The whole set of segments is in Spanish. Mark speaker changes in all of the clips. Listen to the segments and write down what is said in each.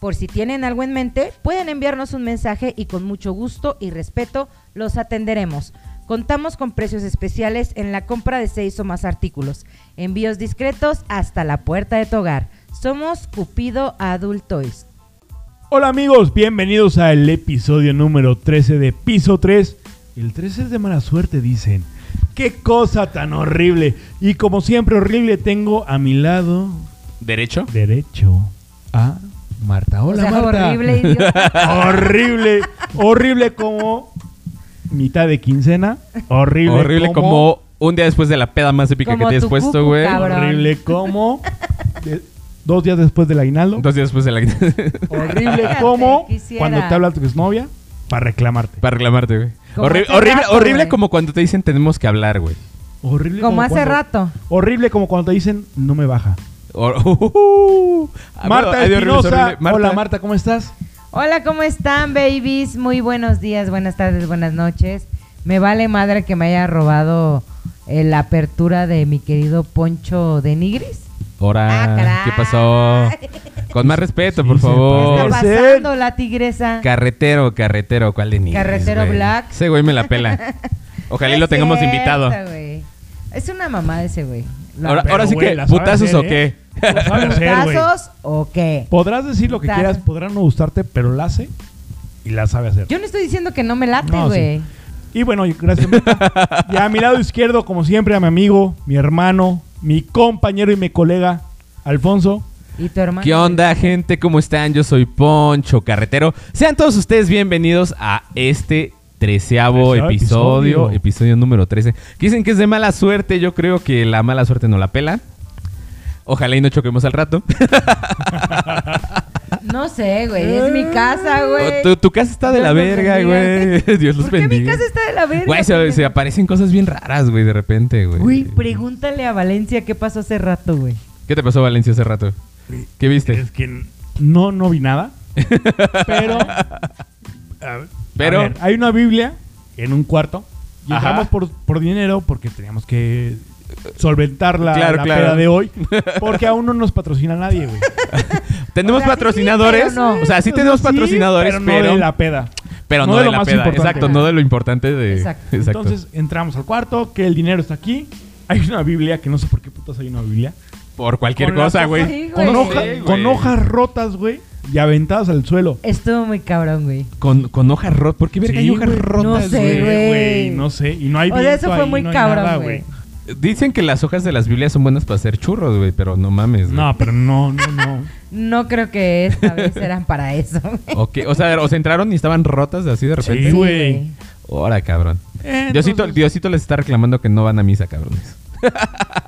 Speaker 1: Por si tienen algo en mente, pueden enviarnos un mensaje y con mucho gusto y respeto los atenderemos. Contamos con precios especiales en la compra de seis o más artículos. Envíos discretos hasta la puerta de tu hogar. Somos Cupido Adult Toys.
Speaker 2: Hola amigos, bienvenidos al episodio número 13 de Piso 3. El 13 es de mala suerte, dicen. ¡Qué cosa tan horrible! Y como siempre horrible, tengo a mi lado
Speaker 3: ¿Derecho?
Speaker 2: derecho a Marta. Hola
Speaker 1: o sea,
Speaker 2: Marta.
Speaker 1: horrible, idiota.
Speaker 2: horrible, horrible como mitad de quincena, horrible,
Speaker 3: Horrible como... un día después de la peda más épica
Speaker 1: Como
Speaker 3: que te has
Speaker 1: tu
Speaker 3: puesto,
Speaker 1: cucu,
Speaker 3: güey.
Speaker 1: cabrón.
Speaker 2: horrible como de- dos días después del aguinaldo,
Speaker 3: Dos días después de la...
Speaker 2: horrible
Speaker 1: Fíjate,
Speaker 2: como
Speaker 1: quisiera.
Speaker 2: cuando te habla tu exnovia para reclamarte,
Speaker 3: Para reclamarte, güey.
Speaker 1: Como
Speaker 3: Horri-
Speaker 1: hace
Speaker 3: horrible,
Speaker 1: rato,
Speaker 3: horrible
Speaker 1: güey.
Speaker 3: como cuando te dicen tenemos que hablar, güey.
Speaker 2: horrible
Speaker 1: Como hace
Speaker 2: cuando-
Speaker 1: rato.
Speaker 2: horrible como cuando te dicen no me baja.
Speaker 3: Hor- Ujú. Ah, bueno,
Speaker 2: Marta
Speaker 3: ay, horrible,
Speaker 2: Espinosa,
Speaker 3: horrible. Marta.
Speaker 2: hola Marta, ¿cómo estás?
Speaker 1: Hola, ¿cómo están, babies? Muy buenos días, buenas tardes, buenas noches. Me vale madre que me haya robado eh, la apertura de mi querido Poncho de Nigris.
Speaker 3: Hola.
Speaker 1: Ah, caray.
Speaker 3: ¿Qué pasó? Con más respeto, por
Speaker 2: sí,
Speaker 1: ¿Qué está
Speaker 3: favor.
Speaker 2: pasa.
Speaker 1: pasando, la tigresa?
Speaker 3: Carretero, carretero, ¿cuál de niños,
Speaker 1: Carretero
Speaker 3: güey?
Speaker 1: Black.
Speaker 3: Ese güey me la pela. Ojalá y
Speaker 1: Es
Speaker 3: lo tengamos
Speaker 1: cierto,
Speaker 3: invitado.
Speaker 1: güey. Es una mamá ese güey. Lo
Speaker 3: Ahora,
Speaker 2: Pero,
Speaker 3: ahora sí
Speaker 2: güey,
Speaker 3: que,
Speaker 2: la sabe
Speaker 3: ¿putazos
Speaker 2: hacer,
Speaker 3: o
Speaker 2: ¿eh?
Speaker 3: qué?
Speaker 2: Lo sabe hacer, güey.
Speaker 1: ¿Putazos o qué?
Speaker 2: Podrás decir lo que
Speaker 1: Putazo.
Speaker 2: quieras, podrá no gustarte, pero la hace y la sabe hacer.
Speaker 1: Yo no estoy diciendo que no me late,
Speaker 2: No, sí.
Speaker 1: güey.
Speaker 2: Y bueno, gracias. Marta. y a mi lado izquierdo, como siempre, a mi amigo, mi hermano, mi compañero y mi colega, Alfonso.
Speaker 1: ¿Y tu hermano?
Speaker 3: ¿Qué onda, gente? ¿Cómo están? Yo soy Poncho Carretero. Sean todos ustedes bienvenidos a este treceavo
Speaker 2: Treceavo
Speaker 3: episodio,
Speaker 2: episodio.
Speaker 3: episodio, número 13. Dicen que es de mala suerte, yo creo que la mala suerte no la pela. Ojalá y no choquemos al rato.
Speaker 1: No sé, güey. Es mi casa, güey.
Speaker 3: Ah, Tu, tu casa está de la
Speaker 1: Dios los
Speaker 3: verga,
Speaker 1: bendiga.
Speaker 3: güey. Dios los
Speaker 1: ¿Por qué mi
Speaker 3: bendiga.
Speaker 1: casa está de la verga?
Speaker 3: Güey, se, se aparecen cosas bien raras, güey, de repente, güey.
Speaker 1: Güey, pregúntale a Valencia qué pasó hace rato, güey.
Speaker 3: ¿Qué te pasó, Valencia, hace rato? ¿Qué viste?
Speaker 2: Es que no, no vi nada. Pero. a ver,
Speaker 3: Pero-
Speaker 2: a ver, hay una Biblia en un cuarto. Y
Speaker 3: Ajá.
Speaker 2: entramos por, por dinero porque teníamos que solventar la,
Speaker 3: Claro,
Speaker 2: la
Speaker 3: claro.
Speaker 2: peda de hoy. Porque aún no nos patrocina nadie, güey.
Speaker 3: Tenemos
Speaker 1: O sea, sí,
Speaker 3: patrocinadores.
Speaker 1: pero no.
Speaker 3: O sea, sí tenemos patrocinadores,
Speaker 2: pero.
Speaker 3: pero.
Speaker 2: No de la peda.
Speaker 3: Pero no,
Speaker 2: No de
Speaker 3: de,
Speaker 2: lo
Speaker 3: la
Speaker 2: más
Speaker 3: peda.
Speaker 2: importante.
Speaker 3: Exacto, no de lo importante de.
Speaker 1: Exacto.
Speaker 3: Exacto.
Speaker 2: Entonces entramos al cuarto, que el dinero está aquí. Hay una Biblia, que no sé por qué putas hay una Biblia.
Speaker 3: por cualquier
Speaker 2: con la
Speaker 3: cosa,
Speaker 2: cosa
Speaker 1: ahí,
Speaker 3: güey.
Speaker 1: Güey.
Speaker 2: Con,
Speaker 1: No
Speaker 2: hoja-
Speaker 3: sé, güey.
Speaker 2: con hojas rotas, güey, y aventadas al suelo.
Speaker 1: Estuvo muy cabrón, güey.
Speaker 3: Con, con hojas rotas. ¿Por qué verga hay
Speaker 2: Sí,
Speaker 3: hojas
Speaker 2: güey.
Speaker 3: rotas,
Speaker 1: No sé,
Speaker 3: güey?
Speaker 1: güey.
Speaker 2: No sé, y no hay
Speaker 1: O sea,
Speaker 2: viento
Speaker 1: eso fue
Speaker 2: ahí,
Speaker 1: muy
Speaker 2: no hay
Speaker 1: cabrón,
Speaker 2: nada,
Speaker 1: güey.
Speaker 3: Dicen que las hojas de las Biblias son buenas para hacer churros, güey, pero no mames, güey.
Speaker 2: No, pero no, no, no.
Speaker 1: No creo que esta vez eran para eso. güey.
Speaker 3: ¿O, qué? o sea, o se entraron y estaban rotas así de repente.
Speaker 2: Sí, güey.
Speaker 3: Ahora, cabrón.
Speaker 2: Eh, Entonces-
Speaker 3: Diosito, Diosito les está reclamando que no van a misa, cabrones.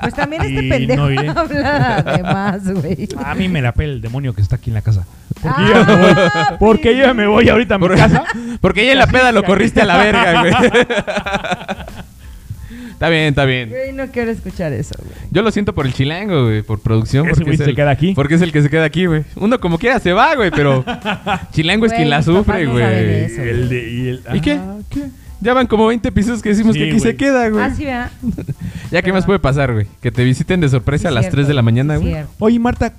Speaker 1: Pues también este
Speaker 2: Y
Speaker 1: pendejo
Speaker 2: no iré.
Speaker 1: habla de más, güey.
Speaker 3: Ah,
Speaker 2: A mí me la pela el demonio que está aquí en la casa. Porque,
Speaker 1: Ah,
Speaker 2: yo, ya me voy, porque yo ya me voy ahorita a mi
Speaker 3: Por-
Speaker 2: casa.
Speaker 3: Porque ella en la peda lo corriste a la verga, güey. está bien, está bien.
Speaker 1: Güey, no quiero escuchar eso, güey.
Speaker 3: Yo lo siento por el chilango, güey, por producción.
Speaker 2: Ese
Speaker 3: porque
Speaker 2: güey
Speaker 3: es
Speaker 2: se
Speaker 3: el-
Speaker 2: queda aquí.
Speaker 3: Porque es el que se queda aquí, güey. Uno como quiera se va, güey, pero chilango es
Speaker 1: Güey,
Speaker 3: quien la
Speaker 1: mis papás
Speaker 3: sufre,
Speaker 1: no saben
Speaker 3: güey.
Speaker 1: eso.
Speaker 2: El de- y el-
Speaker 3: ¿Y qué?
Speaker 2: ah,
Speaker 3: Ya van como 20 pisos que decimos
Speaker 2: Sí,
Speaker 3: que aquí
Speaker 2: güey.
Speaker 3: se queda, güey.
Speaker 1: Ah, sí, ¿verdad?
Speaker 3: ya, ¿qué más
Speaker 1: perdón.
Speaker 3: puede pasar, güey? Que te visiten de sorpresa
Speaker 1: Sí,
Speaker 3: a las
Speaker 1: cierto,
Speaker 3: 3 de la mañana,
Speaker 1: sí,
Speaker 3: güey.
Speaker 1: cierto.
Speaker 2: Oye, Marta,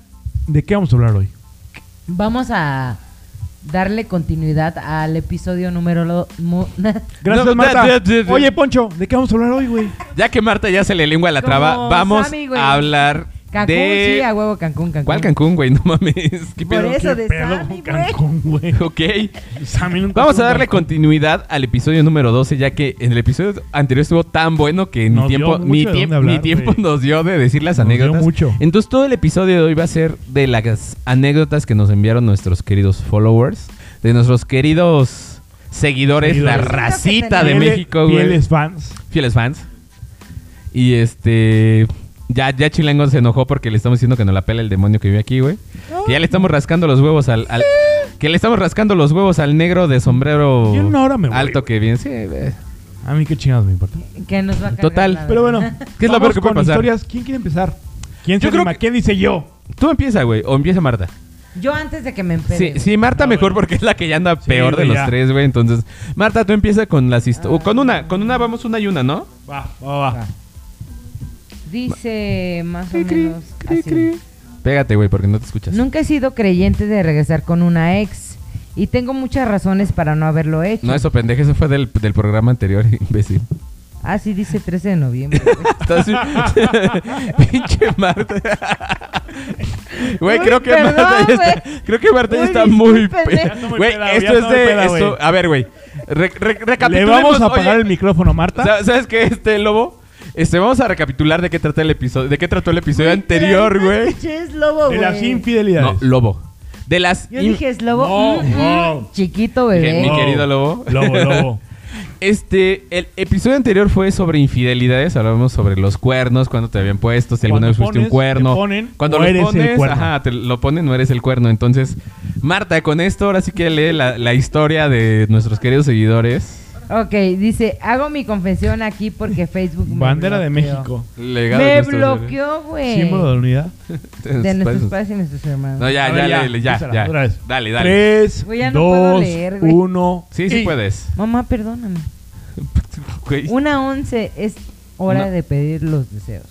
Speaker 2: ¿de qué vamos a hablar hoy?
Speaker 1: Vamos a darle continuidad al episodio número... lo- mu-
Speaker 2: Gracias,
Speaker 3: No,
Speaker 2: Marta.
Speaker 3: ya, ya, ya.
Speaker 2: Oye, Poncho, ¿de qué vamos a hablar hoy, güey?
Speaker 3: ya que Marta ya se le lengua la
Speaker 1: Como
Speaker 3: traba, vamos
Speaker 1: Sammy, güey.
Speaker 3: a hablar
Speaker 1: Cancún,
Speaker 3: de...
Speaker 1: sí, a huevo, Cancún, Cancún.
Speaker 3: ¿Cuál Cancún, güey? No mames. ¿Qué
Speaker 1: Por
Speaker 3: pedo?
Speaker 1: eso
Speaker 2: ¿Qué
Speaker 1: de
Speaker 2: pedo
Speaker 1: Sammy,
Speaker 2: con
Speaker 1: güey.
Speaker 2: Cancún, güey?
Speaker 3: Ok.
Speaker 2: Sammy nunca
Speaker 3: Vamos a
Speaker 2: tuvo
Speaker 3: darle
Speaker 2: Cancún.
Speaker 3: continuidad al episodio número 12, ya que en el episodio anterior estuvo tan bueno que ni
Speaker 2: Nos dio
Speaker 3: tiempo,
Speaker 2: mucho
Speaker 3: ni,
Speaker 2: de
Speaker 3: tiemp-
Speaker 2: dónde hablar,
Speaker 3: ni tiempo
Speaker 2: güey.
Speaker 3: nos dio de decir las
Speaker 2: Nos dio
Speaker 3: anécdotas.
Speaker 2: mucho.
Speaker 3: Entonces todo el episodio de hoy va a ser de las anécdotas que nos enviaron nuestros queridos followers, de nuestros queridos seguidores, la
Speaker 2: Seguidores.
Speaker 3: racita de
Speaker 1: Fieles-
Speaker 3: México, güey.
Speaker 2: Fieles
Speaker 3: Fieles.
Speaker 2: fans.
Speaker 3: fans. Y este... Ya, ya Chilango se enojó porque le estamos diciendo que nos la pela el demonio que vive aquí, güey. Que ya le estamos rascando los huevos al... al- Que le estamos rascando los huevos al negro de sombrero
Speaker 2: Yo en una hora me voy,
Speaker 3: alto
Speaker 2: güey.
Speaker 3: que bien. Sí, eh, ve.
Speaker 2: A mí qué chingados me importa.
Speaker 1: Que nos va a cargar
Speaker 3: Total.
Speaker 1: la-
Speaker 2: Pero bueno,
Speaker 3: ¿Qué es lo
Speaker 2: vamos
Speaker 3: peor que
Speaker 2: con
Speaker 3: puede pasar?
Speaker 2: historias. ¿Quién quiere empezar? ¿Quién
Speaker 3: Yo
Speaker 2: se
Speaker 3: creo
Speaker 2: anima?
Speaker 3: que-
Speaker 2: ¿Qué dice yo?
Speaker 3: Tú empieza, güey, o empieza Marta.
Speaker 1: Yo antes de que me empede.
Speaker 3: Sí,
Speaker 1: güey.
Speaker 3: sí, Marta
Speaker 2: Ah,
Speaker 3: mejor
Speaker 2: bueno.
Speaker 3: porque es la que ya anda
Speaker 2: Sí,
Speaker 3: peor de
Speaker 2: güey,
Speaker 3: los
Speaker 2: ya.
Speaker 3: tres, güey. Entonces, Marta, tú empieza con las
Speaker 1: Ah.
Speaker 3: historias. Con una, con una vamos una y una, ¿no?
Speaker 2: Va, va, va.
Speaker 3: Ah.
Speaker 1: Dice más o
Speaker 3: Cri, cri,
Speaker 1: menos
Speaker 3: cri,
Speaker 1: así.
Speaker 3: cri. Pégate, güey, porque no te escuchas.
Speaker 1: Nunca he sido creyente de regresar con una ex y tengo muchas razones para no haberlo hecho.
Speaker 3: No, eso pendeje, eso fue del, del programa anterior, imbécil.
Speaker 1: Ah, sí, dice 13 de noviembre. güey.
Speaker 3: Estás- Pinche Marta. Güey,
Speaker 1: Uy,
Speaker 3: creo que
Speaker 1: perdón,
Speaker 3: Marta ya está.
Speaker 1: güey.
Speaker 3: Creo que Marta ya
Speaker 1: Uy,
Speaker 3: está muy.
Speaker 1: discúlpenme.
Speaker 3: pe-
Speaker 1: Ya
Speaker 2: está muy
Speaker 3: Güey,
Speaker 2: peda, ya
Speaker 3: esto
Speaker 2: está
Speaker 3: es
Speaker 2: muy
Speaker 3: de.
Speaker 2: peda,
Speaker 3: esto-
Speaker 2: güey.
Speaker 3: a ver, güey. Re- re-
Speaker 2: Le
Speaker 3: recapitulemos,
Speaker 2: vamos a apagar
Speaker 3: oye,
Speaker 2: el micrófono, Marta.
Speaker 3: Sa- ¿Sabes qué? Este lobo. Este, vamos a recapitular de qué trata el episodio. De qué trató el episodio anterior,
Speaker 1: Literalmente
Speaker 3: güey.
Speaker 1: escuché, Es lobo,
Speaker 2: De las
Speaker 1: güey.
Speaker 2: infidelidades.
Speaker 3: No, lobo. De las.
Speaker 1: Yo
Speaker 3: in-
Speaker 1: dije, es lobo.
Speaker 2: No,
Speaker 1: Mm, mm,
Speaker 2: no.
Speaker 1: Chiquito bebé.
Speaker 3: mi querido lobo.
Speaker 2: Lobo, lobo.
Speaker 3: Este, el episodio anterior fue sobre infidelidades. Hablábamos sobre los cuernos, cuándo te habían puesto, si alguna
Speaker 2: Cuando
Speaker 3: vez fuiste un
Speaker 2: pones,
Speaker 3: cuerno.
Speaker 2: te ponen,
Speaker 3: cuando
Speaker 2: o
Speaker 3: lo
Speaker 2: eres el
Speaker 3: pones,
Speaker 2: cuerno.
Speaker 3: ajá, te lo ponen, no eres el cuerno. Entonces, Marta, con esto ahora sí que lee la, la historia de nuestros queridos seguidores.
Speaker 1: Ok, dice, hago mi confesión aquí porque Facebook me
Speaker 2: Bandera de
Speaker 1: bloqueó".
Speaker 2: México.
Speaker 3: Legado de
Speaker 1: Me
Speaker 3: nuestros-
Speaker 1: bloqueó, güey.
Speaker 2: Símbolo de unidad.
Speaker 1: De nuestros
Speaker 3: Entonces,
Speaker 1: padres y nuestros hermanos.
Speaker 3: No, ya,
Speaker 2: A
Speaker 3: ya,
Speaker 2: ver,
Speaker 3: lee, lee, ya,
Speaker 2: úsala,
Speaker 3: ya.
Speaker 2: otra vez.
Speaker 3: Dale, dale.
Speaker 2: Tres,
Speaker 1: Güey, ya no puedo
Speaker 2: dos,
Speaker 1: leer, güey.
Speaker 2: uno.
Speaker 3: Sí, sí
Speaker 2: y-
Speaker 3: puedes.
Speaker 1: Mamá, perdóname.
Speaker 3: Güey,
Speaker 1: Una once es hora
Speaker 3: Una-
Speaker 1: de pedir los deseos.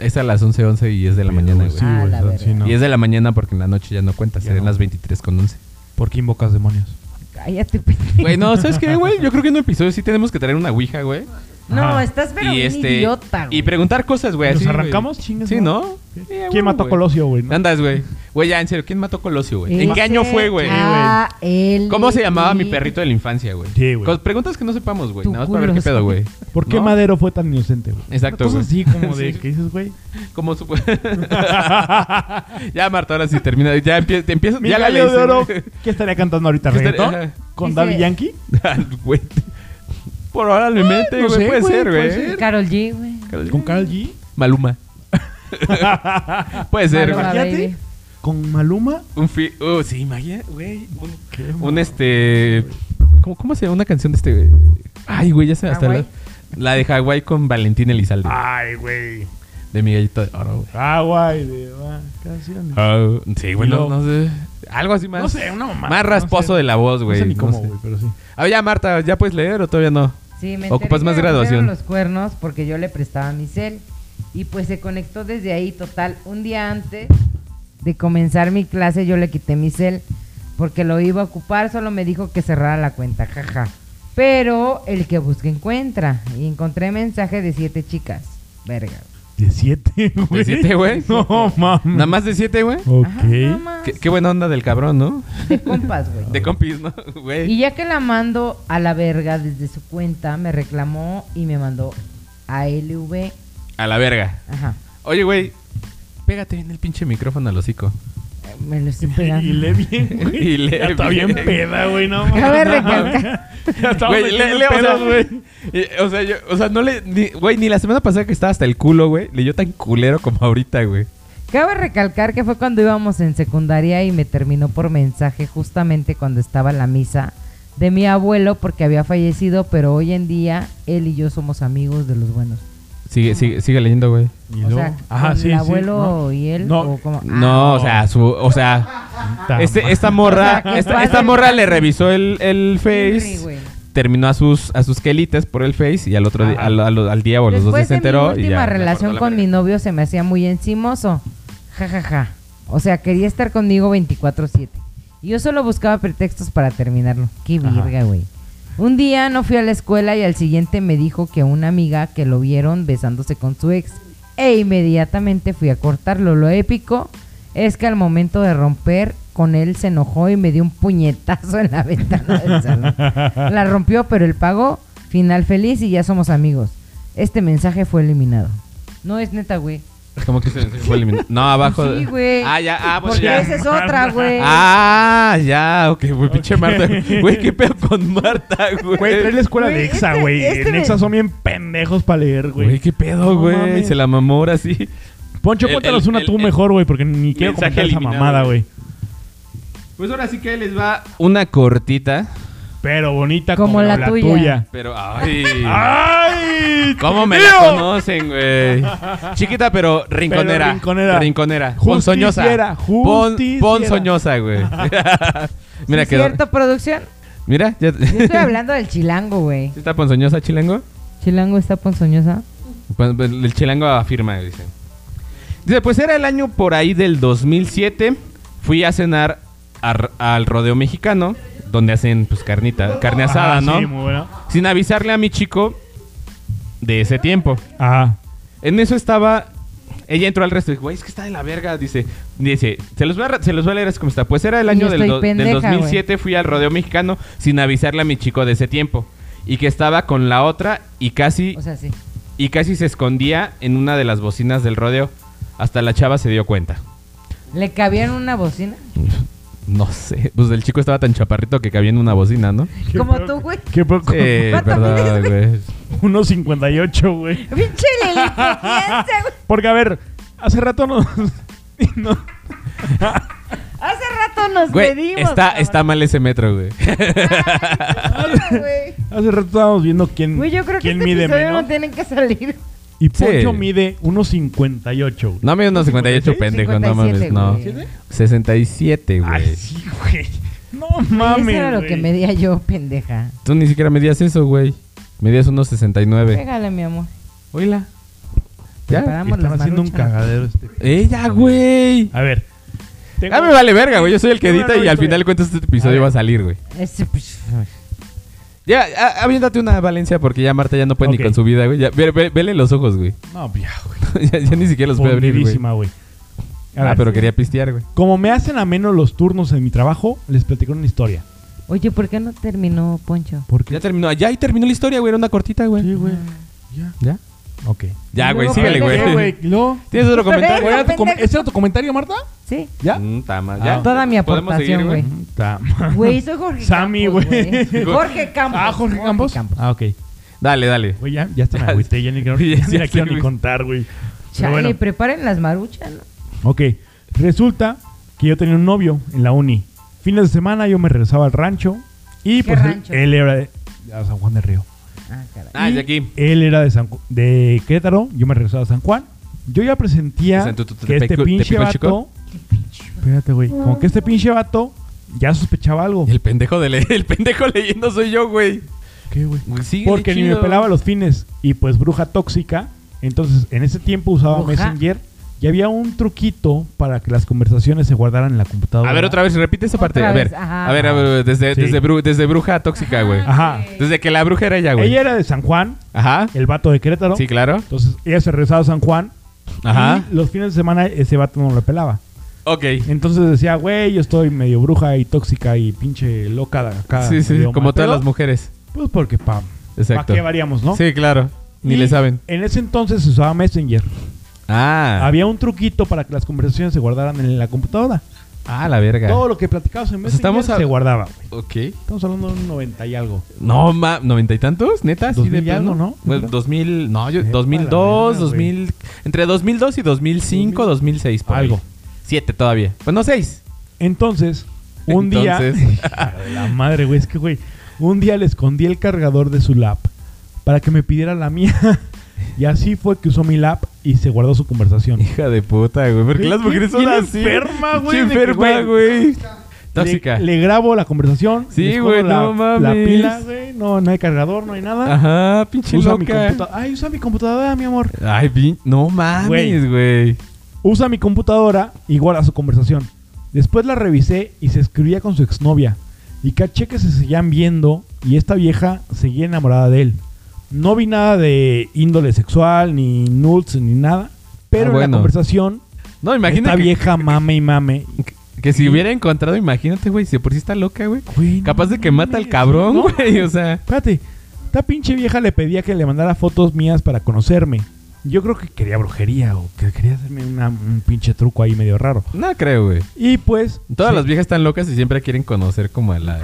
Speaker 3: Es a las 11.11 y es de la mañana, güey.
Speaker 2: Sí,
Speaker 1: Ah,
Speaker 2: güey,
Speaker 1: la verga.
Speaker 2: sí, no.
Speaker 3: Y es de la mañana porque en la noche ya no cuenta,
Speaker 2: Ya
Speaker 3: serán
Speaker 2: no.
Speaker 3: las 23 con 11.
Speaker 2: ¿Por qué invocas demonios?
Speaker 1: Cállate, pendejo.
Speaker 3: Güey, no, ¿sabes qué, güey? Yo creo que en un episodio sí tenemos que traer una ouija, güey.
Speaker 1: No,
Speaker 2: Ajá.
Speaker 1: estás pero
Speaker 3: y
Speaker 1: un
Speaker 3: este
Speaker 1: idiota, güey.
Speaker 3: y preguntar cosas, güey.
Speaker 2: ¿Nos
Speaker 3: así, güey.
Speaker 2: arrancamos? Chingas,
Speaker 3: Sí, ¿no?
Speaker 2: ¿Quién
Speaker 3: Eh,
Speaker 2: ¿Quién
Speaker 3: güey,
Speaker 2: mató a
Speaker 3: güey.
Speaker 2: Colosio, güey? no?
Speaker 3: Andas, güey. Güey, ya, en serio, ¿quién mató a Colosio,
Speaker 1: Este
Speaker 3: güey? ¿En qué año fue, güey?
Speaker 1: Ah, él.
Speaker 3: ¿Cómo se llamaba mi perrito de la infancia, güey?
Speaker 2: Sí, güey.
Speaker 3: Cos- Preguntas que no sepamos, güey.
Speaker 1: Tu
Speaker 3: Nada más para ver
Speaker 1: culo,
Speaker 3: qué pedo,
Speaker 1: sí.
Speaker 3: güey.
Speaker 2: ¿Por qué
Speaker 3: ¿No?
Speaker 2: Madero fue tan inocente, güey?
Speaker 3: Exacto,
Speaker 2: Una cosa
Speaker 3: güey.
Speaker 2: así como de
Speaker 3: Sí.
Speaker 2: que dices, güey.
Speaker 3: ¿Cómo supo? ya, Marta, ahora sí termina. Ya empie- te empiezas.
Speaker 2: Mi
Speaker 3: ya la
Speaker 2: gallo
Speaker 3: leíste,
Speaker 2: de oro.
Speaker 3: güey.
Speaker 2: ¿Qué estaría cantando ahorita?
Speaker 3: ¿Qué estaría-
Speaker 2: ¿Reggaetón?
Speaker 3: ajá.
Speaker 2: ¿Con
Speaker 1: Dice-
Speaker 2: Daddy Yankee?
Speaker 3: Ah, Güey. Por ahora le mente,
Speaker 2: no
Speaker 3: güey.
Speaker 2: sé,
Speaker 3: puede
Speaker 2: güey,
Speaker 3: ser,
Speaker 2: puede
Speaker 3: güey.
Speaker 1: Carol G, güey.
Speaker 2: ¿Con Karol G?
Speaker 3: Maluma. puede ser,
Speaker 1: Maluma,
Speaker 3: güey.
Speaker 2: Imagínate.
Speaker 1: baby.
Speaker 2: ¿Con Maluma?
Speaker 3: Un fi oh, sí, imagina, güey. Un,
Speaker 2: Qué
Speaker 3: un,
Speaker 2: mamada,
Speaker 3: este. ¿cómo, ¿Cómo se llama una canción de este? güey? Ay, güey, ya se hasta la,
Speaker 1: Hawái.
Speaker 3: la de Hawái con Valentín Elizalde.
Speaker 2: Ay, güey.
Speaker 3: De mi gallito de oro, güey.
Speaker 2: Agua y de vacaciones.
Speaker 3: Ah, sí, güey, no,
Speaker 2: Y luego-
Speaker 3: no sé. Algo así más.
Speaker 2: No sé, una mamá.
Speaker 3: más rasposo de la voz, güey.
Speaker 2: No sé ni cómo,
Speaker 3: sé.
Speaker 2: güey, pero sí.
Speaker 3: Ah, ya, Marta, ¿ya puedes leer o todavía no?
Speaker 1: Sí, me
Speaker 3: Ocupas
Speaker 1: enteré
Speaker 3: más
Speaker 1: que me pusieron
Speaker 3: graduación.
Speaker 1: los cuernos porque yo le prestaba mi cel. Y pues se conectó desde ahí, total. Un día antes de comenzar mi clase, yo le quité mi cel porque lo iba a ocupar. Solo me dijo que cerrara la cuenta, jaja. Pero el que busca encuentra. Y encontré mensaje de siete chicas. Verga.
Speaker 2: De siete, güey.
Speaker 3: ¿De siete, güey?
Speaker 2: No, mames.
Speaker 3: Nada más de siete, güey.
Speaker 2: Ok.
Speaker 1: Ajá, nada más.
Speaker 3: Qué, qué buena onda del cabrón, ¿no?
Speaker 1: De compas, güey.
Speaker 3: De compis, ¿no?
Speaker 1: Y
Speaker 3: Güey.
Speaker 1: ya que la mando a la verga desde su cuenta, me reclamó y me mandó a LV.
Speaker 3: A la verga.
Speaker 1: Ajá.
Speaker 3: Oye, güey, pégate bien el pinche micrófono al hocico.
Speaker 1: Eh, Me lo estoy
Speaker 2: y
Speaker 1: pegando.
Speaker 2: le bien, güey.
Speaker 3: Y le
Speaker 2: ya está
Speaker 3: bien.
Speaker 2: bien peda, güey, no mames.
Speaker 1: Cabe recalcar.
Speaker 2: Ya estamos
Speaker 3: Güey, le,
Speaker 2: metiendo
Speaker 3: le- o sea,
Speaker 2: pedos, güey.
Speaker 3: y- o sea, yo, o sea, no le, ni, güey, ni la semana pasada que estaba hasta el culo, güey, leyó tan culero como ahorita, güey.
Speaker 1: Cabe recalcar que fue cuando íbamos en secundaria y me terminó por mensaje justamente cuando estaba la misa de mi abuelo porque había fallecido, pero hoy en día él y yo somos amigos de los buenos.
Speaker 3: Sigue, sigue, sigue leyendo, güey.
Speaker 2: Y
Speaker 1: O
Speaker 2: luego-
Speaker 1: sea,
Speaker 2: Ajá,
Speaker 1: con
Speaker 2: sí, sí,
Speaker 1: el abuelo
Speaker 2: ¿no?
Speaker 1: y él
Speaker 2: No.
Speaker 1: o como- Ah,
Speaker 3: No, o sea, su, o sea,
Speaker 2: Ta
Speaker 3: este,
Speaker 2: madre.
Speaker 3: esta
Speaker 1: O sea,
Speaker 3: morra,
Speaker 1: que
Speaker 3: esta,
Speaker 1: pase-
Speaker 3: esta morra le revisó el, el
Speaker 1: Henry,
Speaker 3: Face,
Speaker 1: güey.
Speaker 3: terminó a sus, a sus quelitas por el Face y al otro día,
Speaker 1: Ah.
Speaker 2: Ajá.
Speaker 3: al, al- al día o a los dos
Speaker 1: Después
Speaker 3: días se
Speaker 1: de
Speaker 3: enteró.
Speaker 1: mi
Speaker 3: y
Speaker 1: última
Speaker 3: ya,
Speaker 1: relación
Speaker 3: le cortó
Speaker 1: con
Speaker 3: la
Speaker 1: mi
Speaker 3: verga.
Speaker 1: novio se me hacía muy encimoso. Ja, ja, ja. O sea, quería estar conmigo 24-7. Y yo solo buscaba pretextos para terminarlo. Qué
Speaker 2: Ajá.
Speaker 1: virga, güey. Un día no fui a la escuela y al siguiente me dijo que una amiga que lo vieron besándose con su ex. E inmediatamente fui a cortarlo. Lo épico es que al momento de romper con él se enojó y me dio un puñetazo en la ventana del salón. La rompió, pero él pagó. Final feliz y ya somos amigos. Este mensaje fue eliminado. No es neta, güey.
Speaker 3: ¿Cómo que se, se fue eliminado? No, abajo. de-
Speaker 1: Sí, güey.
Speaker 3: Ah, ya, ah, bueno,
Speaker 1: Porque
Speaker 3: ya.
Speaker 1: esa es otra, güey.
Speaker 3: Ah, ya, ok, güey, pinche
Speaker 2: Ok.
Speaker 3: Marta. Güey, qué pedo con Marta, güey.
Speaker 2: Güey, trae la escuela
Speaker 1: Güey,
Speaker 2: de Exa,
Speaker 1: este-
Speaker 2: güey.
Speaker 1: este
Speaker 2: en
Speaker 1: me-
Speaker 2: Exa son bien pendejos para leer,
Speaker 3: Güey,
Speaker 2: güey.
Speaker 3: qué pedo,
Speaker 2: No
Speaker 3: güey.
Speaker 2: mames.
Speaker 3: Se la mamó ahora sí.
Speaker 2: Poncho,
Speaker 3: el-
Speaker 2: cuéntanos
Speaker 3: el-
Speaker 2: una
Speaker 3: el-
Speaker 2: tú
Speaker 3: el-
Speaker 2: mejor, güey, porque ni quiero comentar
Speaker 3: mensaje
Speaker 2: esa
Speaker 3: eliminado,
Speaker 2: mamada,
Speaker 3: güey.
Speaker 2: güey.
Speaker 3: Pues ahora sí que ahí les va una cortita,
Speaker 2: Pero bonita como,
Speaker 1: Como
Speaker 2: la,
Speaker 1: la
Speaker 2: tuya.
Speaker 1: tuya.
Speaker 3: pero ay,
Speaker 2: ¡Ay!
Speaker 3: cómo me la conocen, güey. Chiquita pero rinconera,
Speaker 2: Pero rinconera.
Speaker 3: rinconera,
Speaker 2: Justiciera,
Speaker 3: ponzoñosa, pon,
Speaker 2: justiciera.
Speaker 3: ponzoñosa, güey. Mira
Speaker 1: ¿Sí
Speaker 3: que
Speaker 1: es cierto, producción?
Speaker 3: Mira, ya
Speaker 1: Yo estoy hablando del chilango, güey.
Speaker 3: ¿Sí está ponzoñosa chilango.
Speaker 1: ¿Chilango está ponzoñosa?
Speaker 3: Pues, pues, El chilango afirma, dice. Dice, pues era el año por ahí del 2007. Fui a cenar a r- al rodeo mexicano, donde hacen pues carnita, carne asada,
Speaker 2: Ajá,
Speaker 3: ¿no?
Speaker 2: Ah, Sí, muy buena.
Speaker 3: Sin avisarle a mi chico de ese tiempo.
Speaker 2: Ajá.
Speaker 3: En eso estaba. Ella entró al resto y dijo, güey, es que está de la verga. Dice, dice, se los voy a, re- se los voy a leer así como está. Pues era el
Speaker 1: Yo
Speaker 3: año del,
Speaker 1: estoy
Speaker 3: do- del
Speaker 1: pendeja,
Speaker 3: 2007, fui al rodeo mexicano sin avisarle a mi chico de ese tiempo. Y que estaba con la otra y casi
Speaker 1: O sea, sí.
Speaker 3: y casi se escondía en una de las bocinas del rodeo. Hasta la chava se dio cuenta.
Speaker 1: ¿Le cabía en una bocina?
Speaker 3: No sé, pues el chico estaba tan chaparrito que cabía en una bocina, ¿no?
Speaker 2: Qué
Speaker 1: Como
Speaker 2: pedo
Speaker 1: tú,
Speaker 2: que-
Speaker 1: güey.
Speaker 2: Qué poco.
Speaker 3: Sí,
Speaker 1: Vato,
Speaker 3: perdón,
Speaker 1: mides,
Speaker 3: güey.
Speaker 2: 1.58, güey.
Speaker 1: ¡Pinche lilipuquiense, güey!
Speaker 2: Porque, a ver, hace rato nos. no-
Speaker 1: Hace rato nos
Speaker 3: Güey,
Speaker 1: medimos.
Speaker 3: está,
Speaker 1: cabrón.
Speaker 3: está mal ese metro, güey.
Speaker 1: Ay, güey.
Speaker 2: hace rato estábamos viendo quién,
Speaker 1: Güey, yo creo que
Speaker 2: quién
Speaker 1: este
Speaker 2: mide
Speaker 1: episodio
Speaker 2: menos.
Speaker 1: no tiene que salir.
Speaker 2: Y Poncho
Speaker 3: Sí.
Speaker 2: mide 1.58, güey.
Speaker 3: No me dio unos 58,
Speaker 2: 56,
Speaker 3: pendejo, no mames,
Speaker 1: 57,
Speaker 3: no.
Speaker 1: güey.
Speaker 3: 67,
Speaker 2: Ay,
Speaker 3: güey.
Speaker 2: sí, güey. No
Speaker 1: Eso
Speaker 2: mames.
Speaker 1: era lo que
Speaker 2: güey.
Speaker 1: medía yo, pendeja.
Speaker 3: Tú ni siquiera medías eso, güey. Medías unos 69.
Speaker 1: Pégale, mi amor.
Speaker 3: Oíla. ¿Ya?
Speaker 1: Preparamos
Speaker 2: Están
Speaker 1: las
Speaker 2: haciendo un
Speaker 1: maruchan.
Speaker 2: cagadero este.
Speaker 3: Ella, güey.
Speaker 2: A ver. tengo-
Speaker 3: Ah, Eh. me vale verga, güey. Yo soy el que
Speaker 2: Tengo
Speaker 3: edita
Speaker 2: una
Speaker 3: y al
Speaker 2: historia.
Speaker 3: final cuentas este
Speaker 2: A
Speaker 3: episodio
Speaker 2: ver.
Speaker 3: va a salir, güey.
Speaker 1: Ese, pues,
Speaker 3: Ya, a- aviéntate una Valencia porque ya Marta ya no puede
Speaker 2: Ok.
Speaker 3: ni con su vida, güey. Ya, ve- ve- vele los ojos, güey.
Speaker 2: No, ya, güey.
Speaker 3: ya, ya ni siquiera los puede abrir, güey.
Speaker 2: Fundidísima, güey. A
Speaker 3: Ah,
Speaker 2: ver,
Speaker 3: pero quería pistear, güey.
Speaker 2: Como me hacen ameno los turnos en mi trabajo, les platico una historia.
Speaker 1: Oye, ¿por qué no terminó Poncho?
Speaker 3: Ya terminó. Ya ahí terminó la historia, güey. Era una cortita, güey.
Speaker 2: Sí, güey. Ya.
Speaker 3: ¿Ya?
Speaker 2: Ok.
Speaker 3: Ya,
Speaker 1: Y
Speaker 3: güey.
Speaker 1: luego,
Speaker 3: Síguele,
Speaker 1: ¿qué,
Speaker 2: ¿Qué,
Speaker 3: güey.
Speaker 2: güey? ¿Lo?
Speaker 3: ¿Tienes otro comentario?
Speaker 2: ¿Era tu com-
Speaker 1: pendejo.
Speaker 2: ¿Ese era tu comentario, Marta?
Speaker 1: Sí.
Speaker 2: ¿Ya?
Speaker 3: Mm, ta madre.
Speaker 2: Ah.
Speaker 3: Ya.
Speaker 1: Toda mi
Speaker 3: ¿Podemos
Speaker 1: aportación,
Speaker 3: seguir,
Speaker 1: güey.
Speaker 2: Ta ma-
Speaker 1: Güey, soy Jorge
Speaker 2: Sammy,
Speaker 1: Campos,
Speaker 2: güey.
Speaker 1: Jorge Campos.
Speaker 2: Ah, Jorge Campos. Ah, ok.
Speaker 3: Dale, dale.
Speaker 2: Güey, ya, ya hasta me agüité, ya ni, quiero-
Speaker 3: Ya
Speaker 2: ya ni la
Speaker 3: sé,
Speaker 2: quiero ni
Speaker 3: güey.
Speaker 2: contar, güey. Pero
Speaker 1: Chale,
Speaker 2: bueno,
Speaker 1: preparen las maruchas. ¿no?
Speaker 2: ok. Resulta que yo tenía un novio en la uni. Fines de semana yo me regresaba al rancho y
Speaker 1: ¿Qué
Speaker 2: pues él-
Speaker 1: rancho?
Speaker 2: él era de a San Juan del Río.
Speaker 1: Ah, caray.
Speaker 3: Ah,
Speaker 2: Y
Speaker 3: ya aquí.
Speaker 2: Él era de, San, Ju- de Querétaro, yo me regresaba a San Juan. Yo ya presentía
Speaker 3: O sea, tú- tú- te
Speaker 2: que este
Speaker 3: pico- te
Speaker 2: pinche
Speaker 3: pico el
Speaker 2: vato.
Speaker 3: chico.
Speaker 2: Espérate, güey. Como que este pinche vato ya sospechaba algo.
Speaker 3: El pendejo, de le- el pendejo leyendo soy yo, güey.
Speaker 2: ¿Qué, güey?
Speaker 3: Güey, síguele,
Speaker 2: Porque ni me
Speaker 3: chido.
Speaker 2: pelaba los fines. Y pues bruja tóxica. Entonces, en ese tiempo usaba
Speaker 1: Bruja.
Speaker 2: Messenger. Y había un truquito para que las conversaciones se guardaran en la computadora.
Speaker 3: A ver, otra vez, repite esa parte.
Speaker 1: Otra
Speaker 3: A ver,
Speaker 1: vez, ajá.
Speaker 3: a ver, a ver, desde,
Speaker 2: Sí.
Speaker 3: desde, bru- desde bruja tóxica, güey.
Speaker 2: Ajá.
Speaker 3: Desde que la bruja era ella, güey.
Speaker 2: Ella era de San Juan,
Speaker 3: Ajá.
Speaker 2: el vato de Querétaro.
Speaker 3: Sí, claro.
Speaker 2: Entonces, ella se regresaba a San Juan.
Speaker 3: Ajá.
Speaker 2: Y los fines de semana ese vato no lo pelaba.
Speaker 3: Ok.
Speaker 2: Entonces decía, güey, yo estoy medio bruja y tóxica y pinche loca de acá.
Speaker 3: Sí, sí,
Speaker 2: medio
Speaker 3: como
Speaker 2: mal
Speaker 3: todas
Speaker 2: pedo".
Speaker 3: las mujeres.
Speaker 2: Pues porque pam. ¿Para
Speaker 3: Exacto.
Speaker 2: qué variamos, no?
Speaker 3: Sí, claro. Ni
Speaker 2: Y
Speaker 3: le saben.
Speaker 2: En ese entonces se usaba Messenger.
Speaker 3: Ah.
Speaker 2: Había un truquito para que las conversaciones se guardaran en la computadora.
Speaker 3: Ah, la verga.
Speaker 2: Todo lo que platicabas en
Speaker 3: O sea,
Speaker 2: Messenger
Speaker 3: Pues estamos a-
Speaker 2: se guardaba, güey.
Speaker 3: Ok.
Speaker 2: Estamos hablando de un 90 y algo.
Speaker 3: No, ma, ¿noventa y tantos? ¿Neta? ¿Sí
Speaker 2: ¿Dos
Speaker 3: de
Speaker 2: mil y algo,
Speaker 3: plano?
Speaker 2: no?
Speaker 3: Bueno, 2000, no, yo,
Speaker 2: Sepa
Speaker 3: 2002,
Speaker 2: la verga,
Speaker 3: 2000, entre 2002 y 2005, 2006, por ahí.
Speaker 2: Algo.
Speaker 3: Siete todavía. Pues no, seis.
Speaker 2: Entonces, un día...
Speaker 3: Entonces-
Speaker 2: Hija de la madre, güey. Es que, güey, un día le escondí el cargador de su lap para que me pidiera la mía. Y así fue que usó mi lap y se guardó su conversación.
Speaker 3: Hija de puta, güey. ¿Por qué
Speaker 2: Güey,
Speaker 3: las mujeres son
Speaker 2: bien
Speaker 3: así?
Speaker 2: enferma, güey,
Speaker 3: Pinche
Speaker 2: de que,
Speaker 3: enferma, güey. Tóxica.
Speaker 2: Le, le grabo la conversación.
Speaker 3: Sí,
Speaker 2: le escondo
Speaker 3: güey,
Speaker 2: la,
Speaker 3: no mames.
Speaker 2: La pila, güey. No, no hay cargador, no hay nada.
Speaker 3: Ajá, pinche
Speaker 2: usa mi
Speaker 3: loca.
Speaker 2: computadora. Ay, usa mi computadora, mi amor.
Speaker 3: Ay, pin- no mames,
Speaker 2: Güey.
Speaker 3: güey.
Speaker 2: Usa mi computadora y guarda su conversación. Después la revisé y se escribía con su exnovia. Y caché que se seguían viendo y esta vieja seguía enamorada de él. No vi nada de índole sexual, ni nudes, ni nada. Pero
Speaker 3: Ah,
Speaker 2: en
Speaker 3: bueno.
Speaker 2: la conversación,
Speaker 3: No, imagínate
Speaker 2: esta
Speaker 3: que,
Speaker 2: vieja mame y mame.
Speaker 3: que- que si hubiera encontrado, imagínate, güey, si de por sí está loca, güey.
Speaker 2: Güey, no
Speaker 3: Capaz de que mata al
Speaker 2: mames.
Speaker 3: cabrón,
Speaker 2: No,
Speaker 3: güey, o sea.
Speaker 2: Espérate, esta pinche vieja le pedía que le mandara fotos mías para conocerme. Yo creo que quería brujería o que quería hacerme una- un pinche truco ahí medio raro.
Speaker 3: No creo, güey.
Speaker 2: Y pues.
Speaker 3: Todas
Speaker 2: sí,
Speaker 3: las viejas están locas y siempre quieren conocer como a la...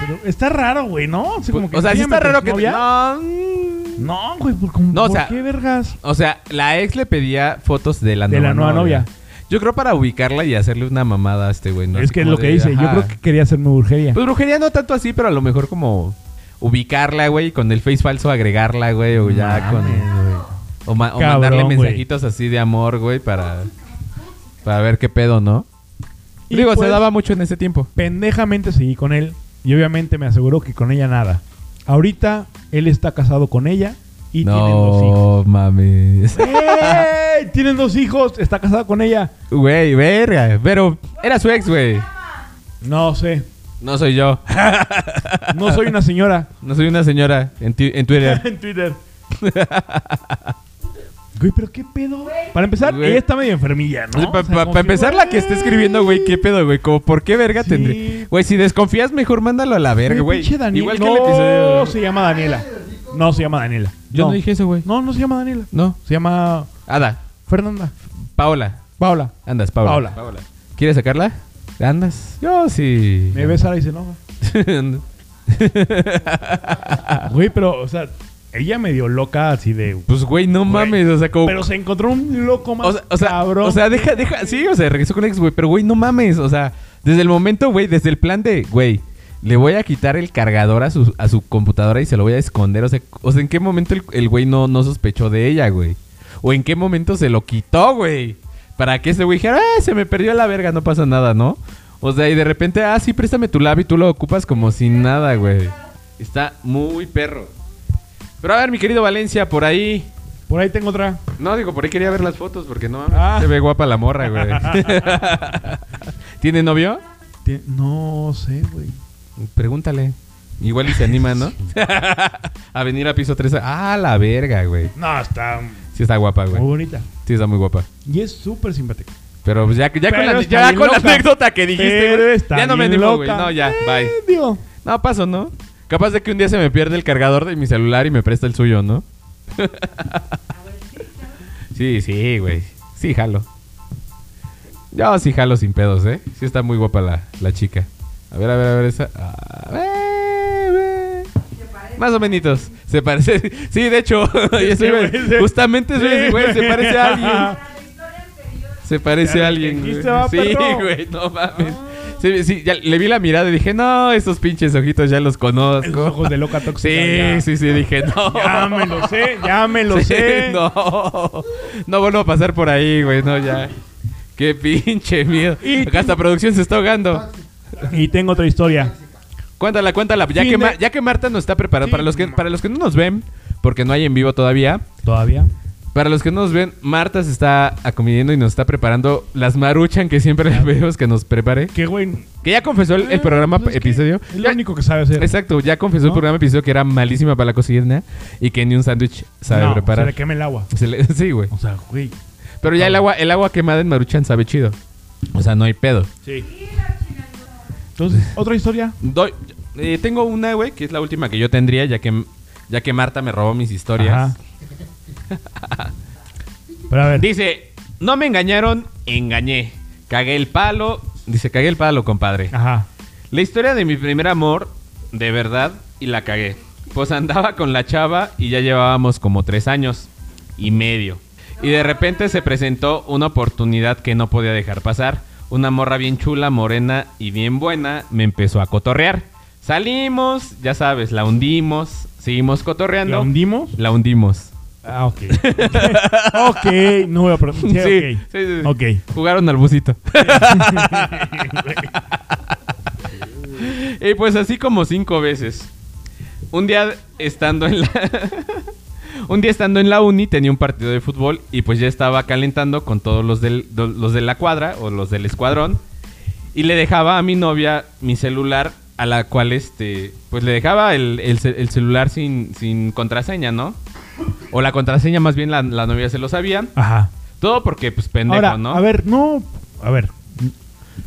Speaker 2: pero Está raro, güey, ¿no? O sea, como que
Speaker 3: Pues, o sea, sí
Speaker 2: ella me
Speaker 3: está raro que...
Speaker 2: exnovia.
Speaker 3: No, mm.
Speaker 2: No, güey, pues, ¿por, como-
Speaker 3: No, o
Speaker 2: ¿por
Speaker 3: sea,
Speaker 2: qué vergas?
Speaker 3: O sea, la ex le pedía fotos de la
Speaker 2: De la
Speaker 3: nueva
Speaker 2: nueva novia.
Speaker 3: Yo creo para ubicarla y hacerle una mamada a este güey. ¿no?
Speaker 2: es
Speaker 3: Así
Speaker 2: que es
Speaker 3: como
Speaker 2: lo que
Speaker 3: de,
Speaker 2: dice. Yo
Speaker 3: ajá.
Speaker 2: creo que quería hacerme brujería.
Speaker 3: Pues brujería no tanto así, pero a lo mejor como ubicarla, güey, y con el face falso agregarla, güey, o ya con. O, ma- o
Speaker 2: Cabrón,
Speaker 3: mandarle
Speaker 2: güey.
Speaker 3: mensajitos así de amor, güey, para. Para ver qué pedo, ¿no?
Speaker 2: Y
Speaker 3: Digo,
Speaker 2: pues-
Speaker 3: se daba mucho en ese tiempo.
Speaker 2: Pendejamente seguí con él y obviamente me aseguró que con ella nada. Ahorita él está casado con ella y tienen dos hijos.
Speaker 3: No mames.
Speaker 2: ¡Ey! Tienen dos hijos, está casado con ella.
Speaker 3: Güey, verga. Pero era su ex, güey.
Speaker 2: No sé,
Speaker 3: No soy yo.
Speaker 2: no soy una señora.
Speaker 3: No soy una señora en, ti- en Twitter.
Speaker 2: en Twitter. Güey, pero qué pedo. Para empezar,
Speaker 3: Güey.
Speaker 2: ella está medio enfermilla, ¿no?
Speaker 3: Para
Speaker 2: O sea, como que,
Speaker 3: empezar, la que está escribiendo, güey, qué pedo, güey. Como, ¿por qué verga
Speaker 2: Sí.
Speaker 3: tendría? Güey, si desconfías, mejor mándalo a la verga, güey.
Speaker 2: pinche Daniel-
Speaker 3: Igual que
Speaker 2: no,
Speaker 3: el episodio.
Speaker 2: se llama Daniela. No se llama Daniela.
Speaker 3: Yo no dije eso, güey.
Speaker 2: No, no se llama Daniela.
Speaker 3: No.
Speaker 2: Se llama
Speaker 3: Ada.
Speaker 2: Fernanda.
Speaker 3: Paola.
Speaker 2: Paola.
Speaker 3: Andas, Paola.
Speaker 2: Paola.
Speaker 3: ¿Quieres sacarla? ¿Andas? Yo sí.
Speaker 2: Me besa y se enoja.
Speaker 3: Ah.
Speaker 2: Güey, pero, o sea, ella medio loca así de.
Speaker 3: pues, güey, no mames. O sea, como.
Speaker 2: Pero se encontró un loco más
Speaker 3: O sea, o sea,
Speaker 2: cabrón.
Speaker 3: o sea, deja, deja. Sí, o sea, regresó con ex, güey. Pero, güey, no mames. O sea, desde el momento, güey, desde el plan de, güey, le voy a quitar el cargador a su, a su computadora y se lo voy a esconder. O sea, o sea ¿en qué momento el, el güey no, no sospechó de ella, güey? ¿O en qué momento se lo quitó, güey? Para que ese güey dijera, ah, se me perdió la verga, no pasa nada, ¿no? O sea, y de repente, ah, sí, préstame tu lab y tú lo ocupas como sin nada, güey. Está muy perro. Pero a ver, mi querido Valencia, por ahí,
Speaker 2: Por ahí tengo otra.
Speaker 3: no, digo, por ahí quería ver las fotos porque no mames.
Speaker 2: Ah.
Speaker 3: Se ve guapa la morra, güey. ¿Tiene novio?
Speaker 2: Ti- No sé, güey.
Speaker 3: Pregúntale. Igual y se anima, ¿no? a venir a piso 3. Ah, la verga, güey.
Speaker 2: No, está
Speaker 3: Sí está guapa,
Speaker 2: muy
Speaker 3: güey.
Speaker 2: bonita.
Speaker 3: Sí está muy guapa.
Speaker 2: Y es súper simpática.
Speaker 3: Pero pues, ya, ya
Speaker 2: Pero
Speaker 3: con, la,
Speaker 2: está
Speaker 3: ya
Speaker 2: bien
Speaker 3: con la
Speaker 2: loca.
Speaker 3: anécdota que dijiste,
Speaker 2: Pero
Speaker 3: güey,
Speaker 2: está
Speaker 3: ya no me
Speaker 2: bien
Speaker 3: animo, güey.
Speaker 2: loca.
Speaker 3: No, ya,
Speaker 2: Eh,
Speaker 3: bye.
Speaker 2: Digo,
Speaker 3: No, paso, ¿no? Capaz de que un día se me pierde el cargador de mi celular y me presta el suyo, ¿no? sí, sí, güey. Sí, jalo. Yo sí jalo sin pedos, ¿eh? Sí está muy guapa la, la chica. A ver, a ver, a ver esa. A ver, güey. Más o menos. Se parece. Sí, de hecho. yo soy-
Speaker 2: güey, se-
Speaker 3: justamente soy ese
Speaker 2: Sí,
Speaker 3: güey. Se
Speaker 2: güey.
Speaker 3: parece a alguien. Se parece
Speaker 2: Ya
Speaker 3: a alguien. güey.
Speaker 2: dijiste, va,
Speaker 3: Sí,
Speaker 2: perro. Ah.
Speaker 3: güey. No mames. Sí, sí, ya le vi la mirada y dije, no, esos pinches ojitos ya los
Speaker 2: Esos
Speaker 3: conozco.
Speaker 2: ojos de loca tóxica.
Speaker 3: Sí,
Speaker 2: ya.
Speaker 3: sí, sí, dije, no.
Speaker 2: Ya me lo sé, ya me lo
Speaker 3: Sí,
Speaker 2: sé.
Speaker 3: No. No vuelvo a pasar por ahí, güey. No, ya. Qué pinche miedo.
Speaker 2: Y-
Speaker 3: Acá esta producción se está ahogando.
Speaker 2: Y tengo otra historia.
Speaker 3: Cuéntala, cuéntala. Ya
Speaker 2: Fin de-
Speaker 3: que, Ma- ya que Marta nos está preparando.
Speaker 2: Sí,
Speaker 3: Para los, que,
Speaker 2: ma-
Speaker 3: para los que no nos ven, porque no hay en vivo todavía.
Speaker 2: ¿Todavía?
Speaker 3: Para los que no nos ven, Marta se está acomidiendo y nos está preparando las maruchan que siempre le pedimos que nos prepare.
Speaker 2: Qué güey.
Speaker 3: Que ya confesó el, el programa
Speaker 2: Pues es que
Speaker 3: episodio.
Speaker 2: Es lo
Speaker 3: Ya-
Speaker 2: único que sabe hacer.
Speaker 3: Exacto, ya confesó el
Speaker 2: ¿No?
Speaker 3: programa episodio que era malísima para la cocina y que ni un sándwich sabe
Speaker 2: No,
Speaker 3: preparar.
Speaker 2: Se le quema el agua.
Speaker 3: Se le- sí, güey.
Speaker 2: O sea, güey.
Speaker 3: Pero ya el agua, el agua quemada en Maruchan sabe chido. O sea, no hay pedo.
Speaker 2: Sí. Entonces, otra historia.
Speaker 3: Doy- eh, tengo una, güey, que es la última que yo tendría, ya que, ya que Marta me robó mis historias.
Speaker 2: Ajá. Pero a ver.
Speaker 3: Dice, no me engañaron, engañé. Cagué el palo. Dice, cagué el palo, compadre.
Speaker 2: Ajá.
Speaker 3: La historia de mi primer amor, de verdad, y la cagué. Pues andaba con la chava y ya llevábamos como tres años y medio. Y de repente se presentó una oportunidad que no podía dejar pasar. Una morra bien chula, morena y bien buena me empezó a cotorrear. Salimos, ya sabes, la hundimos, seguimos cotorreando.
Speaker 2: ¿La hundimos?
Speaker 3: La hundimos.
Speaker 2: Ah, ok. ok, no voy a preguntar. Sí,
Speaker 3: Sí, sí, sí, sí.
Speaker 2: ok.
Speaker 3: Jugaron al busito.
Speaker 2: Ok.
Speaker 3: Y pues así como cinco veces. Un día estando en la... un día estando en la uni tenía un partido de fútbol y pues ya estaba calentando con todos los, del- do- los de la cuadra o los del escuadrón. Y le dejaba a mi novia mi celular a la cual este... Pues le dejaba el, el ce- el celular sin, sin contraseña, ¿no? O la contraseña más bien la, la novia se lo sabía.
Speaker 2: Ajá.
Speaker 3: Todo porque pues pendejo,
Speaker 2: Ahora,
Speaker 3: ¿no?
Speaker 2: a ver, no. A ver.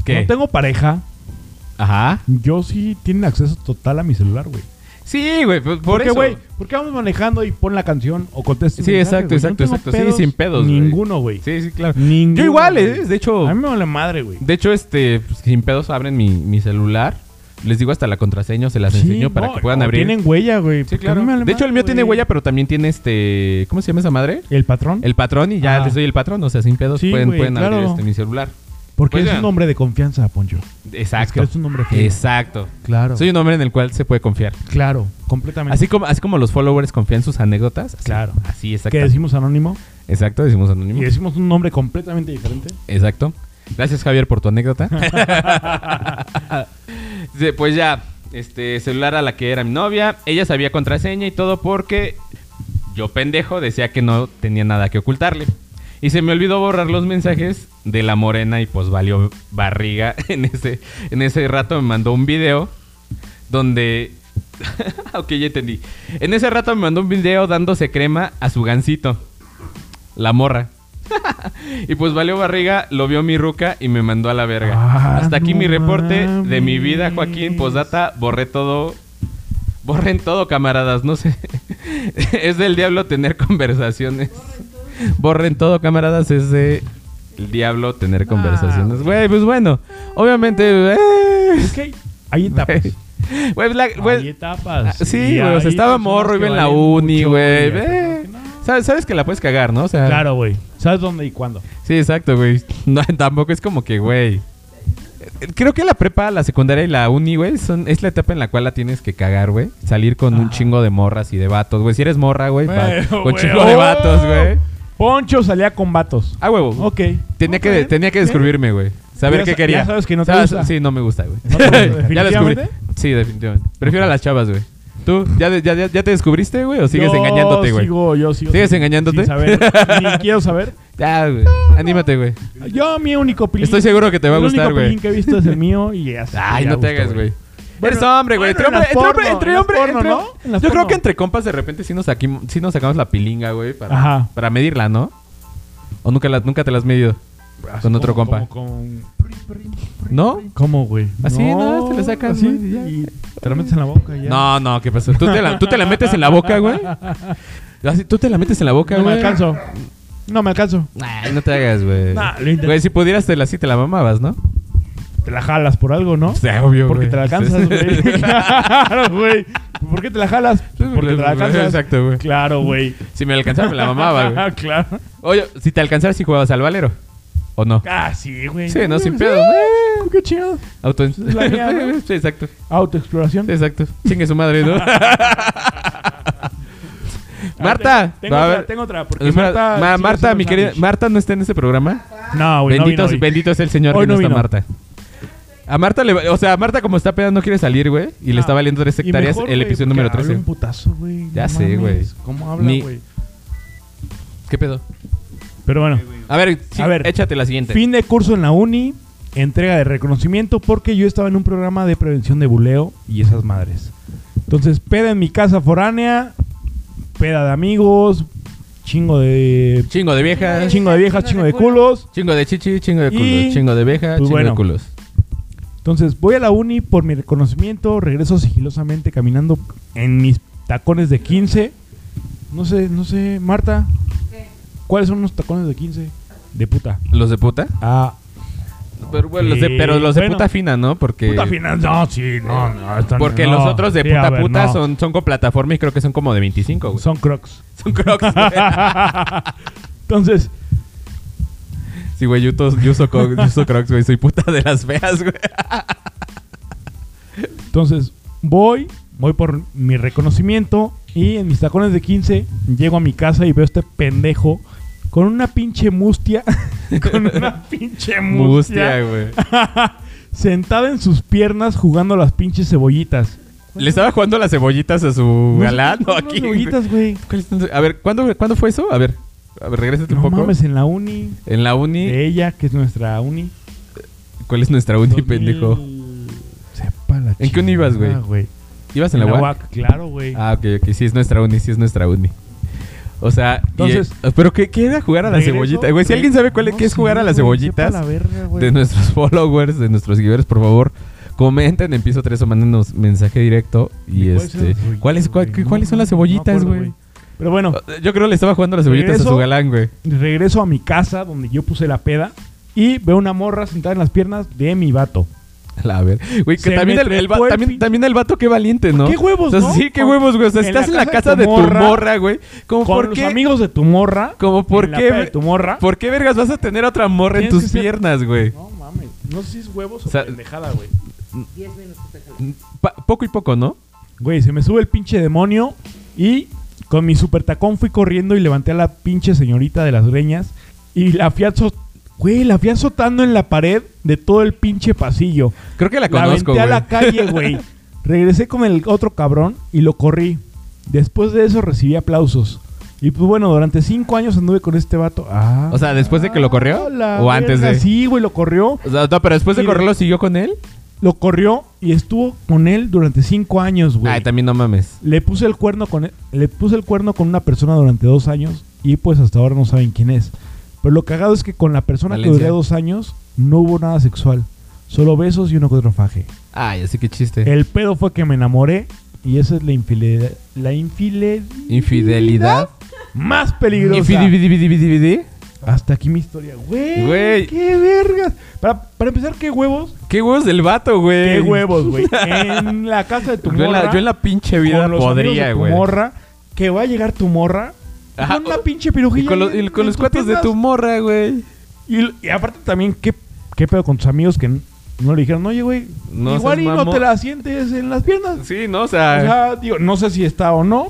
Speaker 3: ¿Qué?
Speaker 2: No tengo pareja.
Speaker 3: Ajá.
Speaker 2: Yo sí tienen acceso total a mi celular, güey.
Speaker 3: Sí, güey, pues, por
Speaker 2: Porque,
Speaker 3: eso.
Speaker 2: güey, ¿por qué vamos manejando y pon la canción o contesta? un
Speaker 3: Sí,
Speaker 2: mensaje,
Speaker 3: exacto,
Speaker 2: güey? Yo no
Speaker 3: exacto,
Speaker 2: tengo
Speaker 3: exacto. Sí, sin pedos, güey.
Speaker 2: Ninguno, güey.
Speaker 3: Sí, sí, claro.
Speaker 2: Ninguno,
Speaker 3: Yo igual,
Speaker 2: güey.
Speaker 3: ¿eh? De hecho,
Speaker 2: A mí me vale madre, güey.
Speaker 3: de hecho, este, pues, sin pedos abren mi, mi celular. les digo hasta la contraseña, se las
Speaker 2: Sí,
Speaker 3: enseño para
Speaker 2: no,
Speaker 3: que puedan
Speaker 2: o
Speaker 3: abrir.
Speaker 2: Tienen huella, güey.
Speaker 3: Sí,
Speaker 2: porque a
Speaker 3: claro.
Speaker 2: mí me vale
Speaker 3: De hecho, el mío
Speaker 2: madre,
Speaker 3: tiene
Speaker 2: güey.
Speaker 3: huella, pero también tiene este. ¿Cómo se llama esa madre?
Speaker 2: ¿El patrón?
Speaker 3: El patrón y ya
Speaker 2: Ah.
Speaker 3: les doy el patrón, o sea, sin pedos
Speaker 2: Sí,
Speaker 3: pueden,
Speaker 2: güey,
Speaker 3: pueden abrir
Speaker 2: claro.
Speaker 3: este, mi celular.
Speaker 2: Porque
Speaker 3: Pues
Speaker 2: es
Speaker 3: ya.
Speaker 2: un hombre de confianza, Poncho. Es que
Speaker 3: Exacto.
Speaker 2: eres un hombre fiel.
Speaker 3: Exacto.
Speaker 2: Claro.
Speaker 3: Soy un hombre en el cual se puede confiar.
Speaker 2: Claro, completamente.
Speaker 3: Así como, así como los followers confían en sus anécdotas. así-
Speaker 2: Claro.
Speaker 3: Así,
Speaker 2: que
Speaker 3: exacto.
Speaker 2: decimos anónimo
Speaker 3: Exacto, decimos anónimo.
Speaker 2: y decimos un nombre completamente diferente.
Speaker 3: Exacto. Gracias, Javier, por tu anécdota. Sí, pues ya, este celular a la que era mi novia, ella sabía contraseña y todo porque yo pendejo decía que no tenía nada que ocultarle. Y se me olvidó borrar los mensajes de la morena y pues valió barriga. En ese, en ese rato me mandó un video donde... ok, ya entendí. En ese rato me mandó un video dándose crema a su gancito. La morra. y pues valió barriga, lo vio mi ruca y me mandó a la verga.
Speaker 2: Ah,
Speaker 3: Hasta aquí
Speaker 2: no
Speaker 3: mi reporte de mi vida,
Speaker 2: mames.
Speaker 3: Joaquín. Posdata, borré todo. Borren todo, camaradas, no sé. es del diablo tener conversaciones. Borren todo, camaradas, es de el diablo
Speaker 2: Ah.
Speaker 3: tener conversaciones. Güey, pues bueno, obviamente. eh,
Speaker 2: Es que hay- hay etapas.
Speaker 3: Güey, pues la- güey,
Speaker 2: Hay etapas.
Speaker 3: Sí,
Speaker 2: Y
Speaker 3: güey, o
Speaker 2: hay
Speaker 3: sea, estaba
Speaker 2: personas
Speaker 3: morro,
Speaker 2: que
Speaker 3: iba en la
Speaker 2: valen
Speaker 3: uni,
Speaker 2: mucho,
Speaker 3: güey.
Speaker 2: y hay
Speaker 3: eh,
Speaker 2: personas que no.
Speaker 3: sabes, sabes que la puedes cagar, ¿no? O sea,
Speaker 2: Claro, güey. ¿Sabes dónde y cuándo?
Speaker 3: Sí, exacto, güey. No, tampoco es como que, güey. Creo que la prepa, la secundaria y la uni, güey, son, es la etapa en la cual la tienes que cagar, güey. Salir con un chingo de morras y de vatos, güey. Si eres morra, güey, va-
Speaker 2: Eh,
Speaker 3: Pues, con
Speaker 2: güey,
Speaker 3: chingo de
Speaker 2: oh.
Speaker 3: vatos, güey.
Speaker 2: Poncho salía con vatos.
Speaker 3: Ah, huevo.
Speaker 2: Ok.
Speaker 3: Tenía,
Speaker 2: Ok,
Speaker 3: que, tenía que
Speaker 2: bien.
Speaker 3: descubrirme, güey. Saber
Speaker 2: Ya
Speaker 3: qué
Speaker 2: sa-
Speaker 3: quería.
Speaker 2: ya sabes que no te gusta.
Speaker 3: Sí, no me gusta, güey.
Speaker 2: ¿No te gusta,
Speaker 3: ya lo descubrí.
Speaker 2: definitivamente?
Speaker 3: Sí, definitivamente. Prefiero a las chavas, güey. ¿Tú ya, de- ya, ya, ya te descubriste, güey? ¿O sigues
Speaker 2: Yo
Speaker 3: engañándote, güey?
Speaker 2: sigo- yo sigo
Speaker 3: ¿Sigues
Speaker 2: sin-
Speaker 3: engañándote?
Speaker 2: sin saber. Ni quiero saber.
Speaker 3: Ya, güey. Anímate, güey.
Speaker 2: Yo, mi único pilín.
Speaker 3: Estoy seguro que te va a
Speaker 2: el
Speaker 3: gustar,
Speaker 2: único
Speaker 3: güey.
Speaker 2: pilín que he visto es el mío y así.
Speaker 3: Ay,
Speaker 2: ya
Speaker 3: no te
Speaker 2: gustó,
Speaker 3: hagas, güey.
Speaker 2: Bueno,
Speaker 3: Eres hombre, güey.
Speaker 2: bueno, en
Speaker 3: entre
Speaker 2: las
Speaker 3: hombre,
Speaker 2: porno,
Speaker 3: entre
Speaker 2: en las
Speaker 3: hombre,
Speaker 2: porno,
Speaker 3: entre-
Speaker 2: ¿no? En las
Speaker 3: Yo creo
Speaker 2: porno.
Speaker 3: que entre compas de repente sí nos, saquim- sí nos sacamos la pilinga, güey, para,
Speaker 2: Ajá.
Speaker 3: para medirla, ¿no? O nunca, la- nunca te la has medido.
Speaker 2: Así
Speaker 3: Con otro
Speaker 2: como-
Speaker 3: compa.
Speaker 2: como- con-
Speaker 3: ¿no?
Speaker 2: Ah, ¿Cómo, güey?
Speaker 3: Así, nada más te la sacas,
Speaker 2: así,
Speaker 3: güey, y ya.
Speaker 2: y te la metes en la boca y ya.
Speaker 3: No, no, ¿qué pasó? ¿Tú te la, tú te la metes en la boca, güey? Así, ¿Tú te la metes en la boca,
Speaker 2: no me
Speaker 3: güey?
Speaker 2: alcanzo. No me alcanzo.
Speaker 3: Ay, no te hagas, güey.
Speaker 2: Nah, lo intenté.
Speaker 3: Güey, si pudieras, te la, sí te la mamabas, ¿no?
Speaker 2: Te la jalas por algo, ¿no?
Speaker 3: O sea, obvio,
Speaker 2: Porque
Speaker 3: güey.
Speaker 2: te la alcanzas, güey. claro, güey. ¿Por qué te la jalas? Porque te la alcanzas.
Speaker 3: Exacto, güey.
Speaker 2: Claro, güey.
Speaker 3: Si me alcanzaba, me la mamaba, güey.
Speaker 2: claro.
Speaker 3: Oye, si te alcanzabas, si jugabas al valero. ¿O no?
Speaker 2: Ah, sí, güey.
Speaker 3: Sí, no, sin
Speaker 2: Sí,
Speaker 3: pedo. ¿no?
Speaker 2: Qué chido.
Speaker 3: Auto.
Speaker 2: pues, la mía, ¿no?
Speaker 3: Sí, exacto.
Speaker 2: Autoexploración.
Speaker 3: Sí, exacto. Chingue su madre, ¿no? Marta.
Speaker 2: Ah, Tengo
Speaker 3: va a
Speaker 2: otra,
Speaker 3: ver.
Speaker 2: tengo otra. Porque
Speaker 3: Espera,
Speaker 2: Marta,
Speaker 3: Ma-
Speaker 2: sí,
Speaker 3: Marta,
Speaker 2: hace
Speaker 3: mi
Speaker 2: un
Speaker 3: querida.
Speaker 2: sándwich.
Speaker 3: Marta no está en este programa.
Speaker 2: No, güey. no
Speaker 3: bendito,
Speaker 2: vino hoy.
Speaker 3: bendito es el Señor
Speaker 2: Hoy
Speaker 3: que no,
Speaker 2: no
Speaker 3: está
Speaker 2: vino.
Speaker 3: Marta. A Marta le. va- O sea, a Marta, como está peda, no quiere salir, güey. Y
Speaker 2: Ah,
Speaker 3: le está valiendo 3
Speaker 2: y
Speaker 3: hectáreas
Speaker 2: mejor,
Speaker 3: el
Speaker 2: güey,
Speaker 3: episodio
Speaker 2: porque
Speaker 3: número
Speaker 2: habla
Speaker 3: 13.
Speaker 2: un putazo, güey.
Speaker 3: Ya
Speaker 2: no
Speaker 3: sé,
Speaker 2: mames.
Speaker 3: güey.
Speaker 2: ¿Cómo habla,
Speaker 3: Ni-
Speaker 2: güey?
Speaker 3: ¿Qué pedo?
Speaker 2: Pero bueno,
Speaker 3: A ver, sí,
Speaker 2: A ver,
Speaker 3: échate la siguiente.
Speaker 2: fin de curso en la uni, entrega de reconocimiento porque yo estaba en un programa de prevención de buleo y esas madres. Entonces, peda en mi casa foránea, peda de amigos, chingo de
Speaker 3: Chingo de viejas.
Speaker 2: chingo de viejas, chingo de culos.
Speaker 3: Chingo de chichi, chingo de
Speaker 2: Y-
Speaker 3: culos. Chingo de viejas,
Speaker 2: pues
Speaker 3: chingo de
Speaker 2: bueno.
Speaker 3: culos.
Speaker 2: Entonces, voy a la uni por mi reconocimiento, regreso sigilosamente caminando en mis tacones de 15. No sé, no sé, Marta, ¿cuáles son los tacones de 15? De puta.
Speaker 3: ¿Los de puta?
Speaker 2: Ah,
Speaker 3: Pero, bueno, los de,
Speaker 2: Sí,
Speaker 3: pero los de
Speaker 2: bueno.
Speaker 3: puta fina, ¿no? Porque,
Speaker 2: Puta final, no, sí, no, no. esto
Speaker 3: porque
Speaker 2: no.
Speaker 3: los otros de
Speaker 2: Sí,
Speaker 3: puta
Speaker 2: a ver,
Speaker 3: puta
Speaker 2: no.
Speaker 3: son, son con plataforma y creo que son como de 25, güey. Son,
Speaker 2: Son crocs.
Speaker 3: crocs. güey.
Speaker 2: Entonces,
Speaker 3: sí, güey, yo, tos- yo uso, co- yo uso crocs, güey. Soy puta de las feas, güey.
Speaker 2: entonces voy, voy por mi reconocimiento y en mis tacones de 15 llego a mi casa y veo a este pendejo con una pinche mustia, con una pinche
Speaker 3: Mustia,
Speaker 2: mustia,
Speaker 3: güey.
Speaker 2: sentada en sus piernas jugando a las pinches cebollitas.
Speaker 3: Le estaba jugando las cebollitas a su galán o
Speaker 2: Las
Speaker 3: aquí. güey.
Speaker 2: cebollitas, güey.
Speaker 3: ¿Cuáles son sus- A ver, ¿cuándo, ¿cuándo fue eso? A ver, a ver, regrésate
Speaker 2: No
Speaker 3: un poco.
Speaker 2: mames, eh. en la uni
Speaker 3: En la uni.
Speaker 2: de ella, que es nuestra uni.
Speaker 3: ¿Cuál es nuestra uni,
Speaker 2: 2000.
Speaker 3: pendejo?
Speaker 2: Sepa la
Speaker 3: ¿En qué uni ibas, güey?
Speaker 2: chingada,
Speaker 3: ¿Ibas en la UAC?
Speaker 2: claro, güey.
Speaker 3: Ah, ok, ok. Sí, es nuestra uni, sí es nuestra uni. O sea, y-
Speaker 2: Entonces-
Speaker 3: eh, pero qué, qué era jugar a la
Speaker 2: Regreso,
Speaker 3: cebollita? Güey, si
Speaker 2: re-
Speaker 3: alguien sabe cuál es,
Speaker 2: no
Speaker 3: qué es
Speaker 2: sé,
Speaker 3: jugar a las
Speaker 2: güey, sepa
Speaker 3: cebollitas
Speaker 2: la verga, güey.
Speaker 3: de nuestros followers, de nuestros seguidores, por favor, comenten en piso 3 o mándenos mensaje directo. Y
Speaker 2: ¿Cuáles son
Speaker 3: este,
Speaker 2: las cebollitas,
Speaker 3: ¿cuáles, cua-
Speaker 2: güey?
Speaker 3: qué-
Speaker 2: No,
Speaker 3: ¿cuáles son las
Speaker 2: no me
Speaker 3: cebollitas,
Speaker 2: acuerdo,
Speaker 3: güey? Ah.
Speaker 2: Pero bueno,
Speaker 3: Yo creo que le estaba jugando a las cebollitas a
Speaker 2: Regreso.
Speaker 3: su galán, güey.
Speaker 2: regreso a mi casa donde yo puse la peda y veo una morra sentada en las piernas de mi vato.
Speaker 3: La ver. Güey, que
Speaker 2: Se
Speaker 3: también
Speaker 2: me
Speaker 3: el, el va-
Speaker 2: trepó el
Speaker 3: también,
Speaker 2: pinche-
Speaker 3: también el vato, qué valiente, ¿no?
Speaker 2: ¿Qué huevos,
Speaker 3: O sea,
Speaker 2: no?
Speaker 3: Sí, qué
Speaker 2: Con-
Speaker 3: huevos, güey. O sea,
Speaker 2: en
Speaker 3: estás
Speaker 2: la
Speaker 3: en la
Speaker 2: casa
Speaker 3: casa
Speaker 2: de
Speaker 3: de
Speaker 2: tu
Speaker 3: tu
Speaker 2: morra,
Speaker 3: morra, güey. Como
Speaker 2: Con
Speaker 3: por
Speaker 2: los
Speaker 3: qué?
Speaker 2: amigos de tu morra.
Speaker 3: Como por
Speaker 2: en la
Speaker 3: qué,
Speaker 2: peda de
Speaker 3: güey.
Speaker 2: tu morra.
Speaker 3: ¿Por qué vergas vas a tener a otra morra en
Speaker 2: Tienes que
Speaker 3: tus
Speaker 2: ser-
Speaker 3: piernas, güey?
Speaker 2: No mames. No sé si es huevos o,
Speaker 3: O sea-
Speaker 2: pendejada, güey.
Speaker 3: Pa- Poco y poco, ¿no?
Speaker 2: Güey, se me sube el pinche demonio y con mi super tacón fui corriendo y levanté a la pinche señorita de las greñas y la fui azot- Güey, la fui azotando en la pared de todo el pinche pasillo.
Speaker 3: Creo que la
Speaker 2: La
Speaker 3: conozco,
Speaker 2: aventé
Speaker 3: güey.
Speaker 2: a la calle, güey. Regresé con el otro cabrón y lo corrí. Después de eso recibí aplausos. Y pues bueno, durante cinco años anduve con este vato. Ah,
Speaker 3: O sea, ¿después de que lo corrió?
Speaker 2: la
Speaker 3: ¿O antes
Speaker 2: verga,
Speaker 3: de?
Speaker 2: Sí, güey, lo corrió.
Speaker 3: O sea, no, pero después de
Speaker 2: Mira.
Speaker 3: correrlo siguió con él.
Speaker 2: Lo corrió y estuvo con él durante cinco años, güey.
Speaker 3: Ay, también no mames.
Speaker 2: Le puse el cuerno con e, le puse el cuerno con una persona durante dos años y pues hasta ahora no saben quién es. Pero lo cagado es que con la persona que
Speaker 3: Valencia.
Speaker 2: duré dos años no hubo nada sexual, solo besos y uno que otro faje.
Speaker 3: Ay, así que chiste.
Speaker 2: El pedo fue que me enamoré y esa es la infidelidad, la infile-
Speaker 3: Infidelidad.
Speaker 2: más peligrosa.
Speaker 3: Infidibidibidibidi.
Speaker 2: Hasta aquí mi historia, güey.
Speaker 3: Güey.
Speaker 2: Qué vergas. Para, para empezar, qué huevos,
Speaker 3: ¿Qué huevos del vato, güey?
Speaker 2: qué huevos, güey. En la casa de tu
Speaker 3: Eh. Yo en, la,
Speaker 2: morra,
Speaker 3: yo en la pinche vida
Speaker 2: con los amigos de
Speaker 3: podría,
Speaker 2: tu
Speaker 3: güey.
Speaker 2: morra, que va a llegar tu morra
Speaker 3: Ajá.
Speaker 2: con una pinche
Speaker 3: Y
Speaker 2: pirujilla.
Speaker 3: con los,
Speaker 2: ahí
Speaker 3: y
Speaker 2: en-
Speaker 3: con
Speaker 2: en
Speaker 3: los
Speaker 2: tus
Speaker 3: cuates de
Speaker 2: piernas.
Speaker 3: tu morra, güey.
Speaker 2: Y, y aparte también, ¿qué, ¿qué pedo con tus amigos que n- no le dijeron, oye, güey,
Speaker 3: No
Speaker 2: igual
Speaker 3: seas
Speaker 2: y no
Speaker 3: mamón.
Speaker 2: te la sientes en las piernas?
Speaker 3: Sí, ¿no? O
Speaker 2: O
Speaker 3: sea...
Speaker 2: sea, digo, no sé si está o no.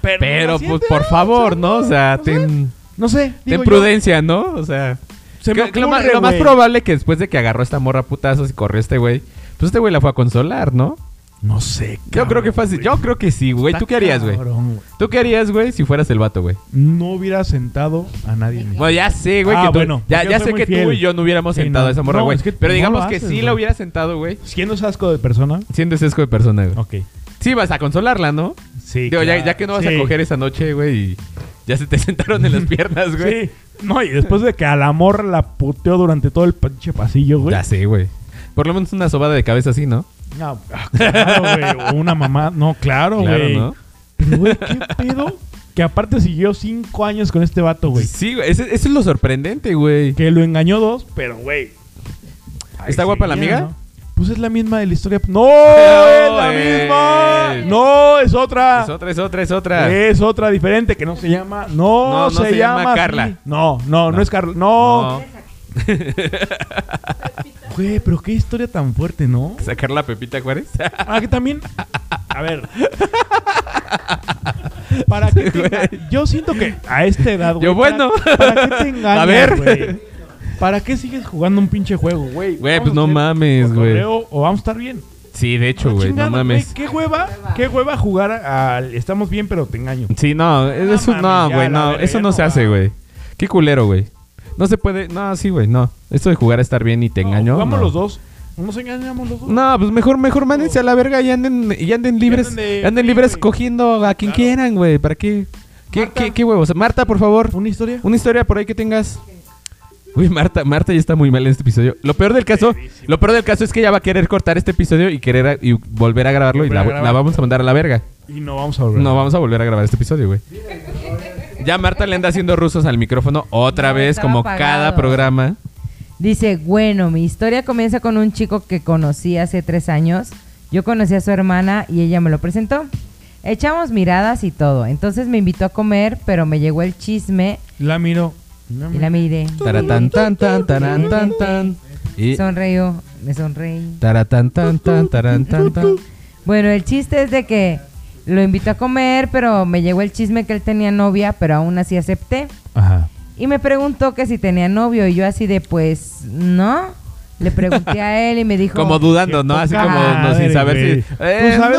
Speaker 2: Pero,
Speaker 3: pero,
Speaker 2: no la
Speaker 3: pues,
Speaker 2: sientes,
Speaker 3: por favor, ¿no? O sea,
Speaker 2: no sé.
Speaker 3: ten,
Speaker 2: No sé.
Speaker 3: ten
Speaker 2: digo yo,
Speaker 3: prudencia, ¿no? O sea...
Speaker 2: se me
Speaker 3: que- que lo, más,
Speaker 2: ocurre,
Speaker 3: lo más
Speaker 2: güey.
Speaker 3: probable que después de que agarró esta morra a putazos y corrió este güey... Pues este güey la fue a consolar, ¿no?
Speaker 2: No sé,
Speaker 3: Yo creo que
Speaker 2: cabrón,
Speaker 3: fácil.
Speaker 2: güey.
Speaker 3: Yo creo que sí, güey.
Speaker 2: Está
Speaker 3: ¿Tú qué harías, güey?
Speaker 2: cabrón, güey.
Speaker 3: ¿Tú qué harías, güey, si fueras el vato, güey?
Speaker 2: No hubiera sentado a nadie. en mi-
Speaker 3: Bueno, ya sé, güey,
Speaker 2: Ah,
Speaker 3: que tú,
Speaker 2: bueno,
Speaker 3: ya,
Speaker 2: yo
Speaker 3: ya
Speaker 2: soy
Speaker 3: sé
Speaker 2: muy
Speaker 3: que
Speaker 2: fiel.
Speaker 3: tú y yo no hubiéramos
Speaker 2: Sí,
Speaker 3: sentado
Speaker 2: no.
Speaker 3: a esa morra,
Speaker 2: No,
Speaker 3: güey.
Speaker 2: es que
Speaker 3: pero
Speaker 2: no
Speaker 3: digamos
Speaker 2: lo
Speaker 3: que
Speaker 2: haces,
Speaker 3: sí
Speaker 2: güey.
Speaker 3: la hubiera sentado, güey.
Speaker 2: Siendo ese asco de persona.
Speaker 3: Siendo ese asco de persona, güey.
Speaker 2: Ok.
Speaker 3: Sí, vas a consolarla, ¿no?
Speaker 2: Sí.
Speaker 3: Digo, ya,
Speaker 2: claro.
Speaker 3: ya que no vas
Speaker 2: Sí.
Speaker 3: a coger esa noche, güey, y ya se te sentaron en las piernas, güey.
Speaker 2: Sí. No, y después de que a la morra la puteó durante todo el pinche pasillo, güey.
Speaker 3: Ya sé, güey. Por lo menos una sobada de cabeza así, ¿no?
Speaker 2: No, ah, claro, güey. o Una mamá. No, claro,
Speaker 3: Claro,
Speaker 2: güey.
Speaker 3: ¿no?
Speaker 2: Pero, güey, ¿qué pedo? Que aparte siguió cinco años con este vato, güey.
Speaker 3: Sí, güey. Ese- Eso es lo sorprendente, güey.
Speaker 2: Que lo engañó dos, pero, güey. ahí
Speaker 3: ¿Está guapa la
Speaker 2: seguía,
Speaker 3: amiga?
Speaker 2: ¿no? Pues es la misma de la historia. ¡No!
Speaker 3: No,
Speaker 2: ¡Es
Speaker 3: eh.
Speaker 2: la misma! ¡No! ¡Es otra!
Speaker 3: Es otra, es otra, es otra.
Speaker 2: Es otra diferente que no se llama. No,
Speaker 3: No, no
Speaker 2: se,
Speaker 3: se
Speaker 2: llama,
Speaker 3: llama
Speaker 2: así.
Speaker 3: Carla.
Speaker 2: No, no, no,
Speaker 3: No.
Speaker 2: es Carla.
Speaker 3: No.
Speaker 2: No. Güey, pero qué historia tan fuerte, ¿no?
Speaker 3: ¿Sacar la Pepita Juárez?
Speaker 2: Ah, que también. A ver. Para que te enga- Yo siento que a esta edad, güey.
Speaker 3: Yo, bueno.
Speaker 2: Para, para qué te engañas,
Speaker 3: A ver.
Speaker 2: güey? ¿Para qué sigues jugando un pinche juego, güey?
Speaker 3: Güey,
Speaker 2: Vamos
Speaker 3: pues no
Speaker 2: a hacer
Speaker 3: mames,
Speaker 2: por
Speaker 3: güey.
Speaker 2: correo O vamos a estar bien.
Speaker 3: Sí, de hecho,
Speaker 2: Ah,
Speaker 3: güey. No
Speaker 2: chingado,
Speaker 3: mames.
Speaker 2: ¿Qué hueva? ¿Qué hueva jugar al estamos bien, pero te engaño?
Speaker 3: Sí, no,
Speaker 2: No
Speaker 3: eso no,
Speaker 2: mames, ya,
Speaker 3: güey,
Speaker 2: la
Speaker 3: no,
Speaker 2: verga,
Speaker 3: eso
Speaker 2: ya
Speaker 3: no
Speaker 2: no
Speaker 3: se hace,
Speaker 2: va.
Speaker 3: güey. Qué culero, güey. No se puede, no, sí, güey, no. Esto de jugar a estar bien y te engañó.
Speaker 2: Vamos
Speaker 3: no.
Speaker 2: los dos. Nos engañamos los dos.
Speaker 3: No, pues mejor, mejor mándense a la verga y anden, y anden libres,
Speaker 2: anden de-
Speaker 3: anden libres
Speaker 2: güey.
Speaker 3: cogiendo a quien
Speaker 2: Claro.
Speaker 3: quieran, güey. ¿Para qué? ¿Qué,
Speaker 2: Marta.
Speaker 3: qué, qué huevos? Marta, por favor,
Speaker 2: ¿Una historia?
Speaker 3: una historia por ahí que tengas. Uy, Marta, Marta ya está muy mal en este episodio. Lo peor del caso, lo peor del caso es que ella va a querer cortar este episodio y querer a- y volver a grabarlo y
Speaker 2: Volver
Speaker 3: la,
Speaker 2: a grabar.
Speaker 3: la vamos a mandar a la verga.
Speaker 2: Y no vamos a volver.
Speaker 3: No vamos a volver a grabar este episodio, güey. Ya Marta le anda haciendo rusos al micrófono otra
Speaker 1: No,
Speaker 3: vez,
Speaker 1: estaba
Speaker 3: como
Speaker 1: apagado.
Speaker 3: cada programa.
Speaker 1: Dice, bueno, mi historia comienza con un chico que conocí hace tres años. Yo conocí a su hermana y ella me lo presentó. Echamos miradas y todo. Entonces me invitó a comer, pero me llegó el chisme
Speaker 2: La miro.
Speaker 1: y la miré.
Speaker 3: Taratán, tan, tan, tarán, tan, tan. Y
Speaker 1: Sonreío, me sonreí.
Speaker 3: taratán, tan, tan, tarán, tan, tan.
Speaker 1: Bueno, el chiste es de que lo invitó a comer, pero me llegó el chisme que él tenía novia, pero aún así acepté.
Speaker 2: Ajá.
Speaker 1: Y me preguntó que si tenía novio y yo así de, pues, ¿no? Le pregunté a él y me dijo...
Speaker 3: Como dudando, ¿no? Así como no, sin saber si.
Speaker 2: ¿Tú
Speaker 3: Eh,
Speaker 2: sabes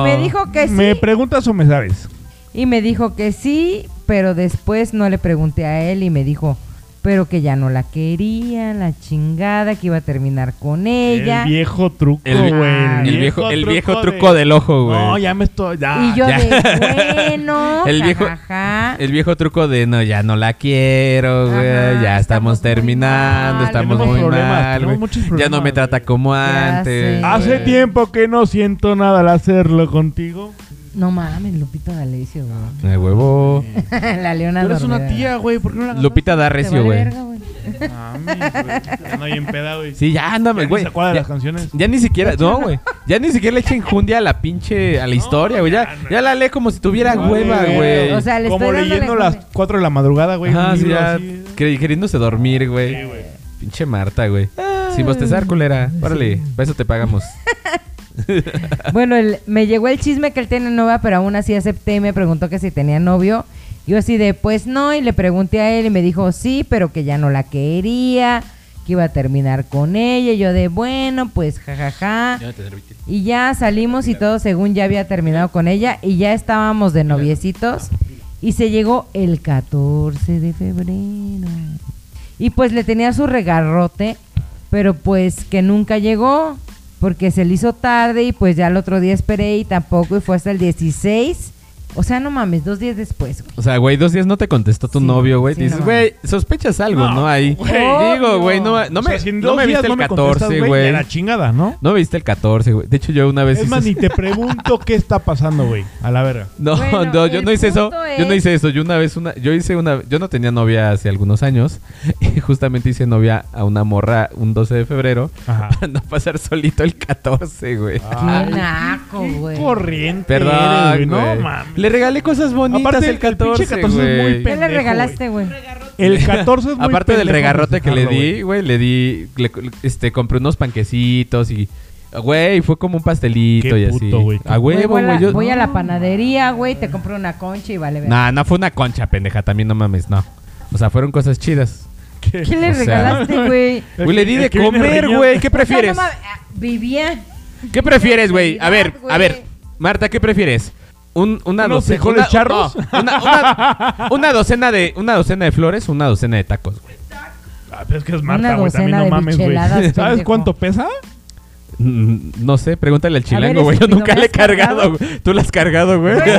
Speaker 2: o
Speaker 1: Y me dijo que sí.
Speaker 2: ¿Me preguntas o me sabes?
Speaker 1: Y me dijo que sí, pero después no le pregunté a él y me dijo, pero que ya no la quería, la chingada, que iba a terminar con ella.
Speaker 2: El viejo truco,
Speaker 3: El,
Speaker 2: Oh, güey.
Speaker 3: el viejo, el viejo truco del ojo, güey.
Speaker 2: No, ya me estoy. Ya.
Speaker 1: y yo
Speaker 3: Ah, ya.
Speaker 1: de bueno,
Speaker 3: El viejo-
Speaker 1: jajaja".
Speaker 3: El viejo truco de no, ya no la quiero, güey.
Speaker 1: Ajá,
Speaker 3: ya estamos,
Speaker 1: estamos muy
Speaker 3: terminando,
Speaker 1: mal.
Speaker 3: estamos
Speaker 2: Tenemos
Speaker 3: muy
Speaker 2: problemas,
Speaker 3: mal,
Speaker 2: tenemos
Speaker 3: güey.
Speaker 2: muchos
Speaker 3: Ya no
Speaker 2: problemas,
Speaker 3: me trata
Speaker 2: güey.
Speaker 3: como
Speaker 1: Ya
Speaker 3: antes.
Speaker 1: sé.
Speaker 2: Hace
Speaker 3: güey.
Speaker 2: tiempo que no siento nada al hacerlo contigo.
Speaker 1: No mames, Lupita D'Alessio, güey.
Speaker 3: Ay, huevo.
Speaker 1: la Leona
Speaker 2: Tú eres una
Speaker 3: Ah.
Speaker 1: Dormedera.
Speaker 2: tía, güey. ¿Por qué no la
Speaker 3: Lupita da
Speaker 1: Te
Speaker 3: recio,
Speaker 1: vale
Speaker 3: güey.
Speaker 1: verga, güey.
Speaker 2: Mames, güey. Anda bien peda, güey.
Speaker 3: Sí, ya ándame,
Speaker 2: Ya ni
Speaker 3: güey.
Speaker 2: se acuerda de
Speaker 3: Ya-
Speaker 2: las canciones.
Speaker 3: Ya ni siquiera, no, güey. Ya ni siquiera le echa enjundia a la pinche, a la historia, güey. Ya, ya la lee como si tuviera
Speaker 2: No,
Speaker 3: hueva,
Speaker 2: güey.
Speaker 3: güey.
Speaker 1: O sea, le
Speaker 2: Como
Speaker 1: estoy dando
Speaker 2: leyendo
Speaker 1: la-
Speaker 2: las 4 de la madrugada, güey.
Speaker 3: Ajá,
Speaker 2: un
Speaker 3: sí,
Speaker 2: libro
Speaker 3: ya
Speaker 2: así.
Speaker 3: cre- queriéndose dormir, güey.
Speaker 2: Sí, güey.
Speaker 3: Pinche Marta, güey.
Speaker 1: Ah.
Speaker 3: Sin bostezar, culera. Órale, para eso te pagamos.
Speaker 1: Bueno, el- me llegó el chisme que él tiene novia, pero aún así acepté y me preguntó que si tenía novio. Yo así de, pues no, y le pregunté a él y me dijo sí, pero que ya no la quería, que iba a terminar con ella. Y yo de, bueno, pues jajaja. Y ya salimos y todo según ya había terminado con ella y ya estábamos de noviecitos y se llegó el 14 de febrero. Y pues le tenía su regarrote, pero pues que nunca llegó porque se le hizo tarde y pues ya el otro día esperé y tampoco y fue hasta el 16. O sea, no mames, dos días después. güey.
Speaker 3: O sea, güey, dos días no te contestó tu
Speaker 1: Sí,
Speaker 3: novio, güey.
Speaker 1: sí,
Speaker 3: Dices,
Speaker 1: no.
Speaker 3: güey, sospechas algo, ¿no?
Speaker 2: No,
Speaker 3: Ahí.
Speaker 1: güey.
Speaker 3: Digo, güey, no, no
Speaker 2: O sea,
Speaker 3: me,
Speaker 2: si en
Speaker 3: no
Speaker 2: dos
Speaker 3: me
Speaker 2: días
Speaker 3: viste el
Speaker 2: contestas,
Speaker 3: 14,
Speaker 2: de
Speaker 3: güey.
Speaker 2: la chingada, ¿no?
Speaker 3: No me viste el 14, güey. De hecho, yo una vez
Speaker 2: Es
Speaker 3: hice
Speaker 2: más,
Speaker 3: eso.
Speaker 2: ni te pregunto qué está pasando, güey. A la verga.
Speaker 3: No,
Speaker 1: Bueno,
Speaker 3: no, yo
Speaker 1: el
Speaker 3: no hice eso.
Speaker 1: punto
Speaker 3: Yo no
Speaker 1: es-
Speaker 3: hice eso. Yo una vez una yo hice una yo no tenía novia hace algunos años y justamente hice novia a una morra un 12 de febrero
Speaker 2: Ajá.
Speaker 3: para no pasar solito el 14, güey.
Speaker 2: Ay,
Speaker 1: Qué naco,
Speaker 2: qué
Speaker 1: güey.
Speaker 2: Corriente.
Speaker 3: Perdón,
Speaker 2: eres,
Speaker 3: güey.
Speaker 2: No mames.
Speaker 3: Le regalé cosas bonitas
Speaker 2: Aparte,
Speaker 3: el
Speaker 2: el pinche
Speaker 3: 14,
Speaker 2: 14 es muy
Speaker 3: güey.
Speaker 1: ¿Qué le
Speaker 2: Pendejo,
Speaker 1: regalaste, güey?
Speaker 2: El 14 es muy
Speaker 3: Aparte del
Speaker 2: pendejo
Speaker 3: regarrote que le
Speaker 2: festejarlo,
Speaker 3: di, güey, le di le- este compré unos panquecitos y güey, fue como un pastelito
Speaker 2: Qué
Speaker 3: y así.
Speaker 2: puto, güey.
Speaker 3: A huevo,
Speaker 1: voy, a la-
Speaker 3: güey. yo-
Speaker 1: voy a la panadería, güey, te compro una concha y vale ver.
Speaker 3: Nah, no fue una concha, pendeja, también no mames, no. O sea, fueron cosas chidas.
Speaker 2: ¿Qué?
Speaker 1: ¿Qué le
Speaker 3: O sea,
Speaker 1: regalaste, güey?
Speaker 2: El
Speaker 3: Güey, le
Speaker 2: que-
Speaker 3: di
Speaker 2: el
Speaker 3: de
Speaker 2: que viene
Speaker 3: comer,
Speaker 2: riñón.
Speaker 3: güey. ¿Qué
Speaker 1: O
Speaker 3: prefieres?
Speaker 1: sea, no mames, ah, vivía.
Speaker 3: ¿Qué prefieres, güey? A ver,
Speaker 1: Güey.
Speaker 3: a ver. Marta, ¿qué prefieres? Un, una
Speaker 2: ¿Unos
Speaker 3: docena
Speaker 2: frijoles
Speaker 3: una,
Speaker 2: charros?
Speaker 3: no, una, una- una docena de una docena de flores, una docena de tacos, güey.
Speaker 2: Ah, pero es que es Marta,
Speaker 1: Una
Speaker 2: güey. También
Speaker 1: docena
Speaker 2: no
Speaker 1: de
Speaker 2: mames, güey.
Speaker 1: micheladas,
Speaker 2: ¿Sabes
Speaker 1: pendejo.
Speaker 2: cuánto pesa?
Speaker 3: Mm, No sé, pregúntale al chilango,
Speaker 1: ver,
Speaker 3: güey. Yo
Speaker 1: estúpido,
Speaker 3: nunca
Speaker 1: ¿me
Speaker 3: le he
Speaker 1: has cargado?
Speaker 3: cargado. güey. Tú la has cargado, güey.
Speaker 1: Güey,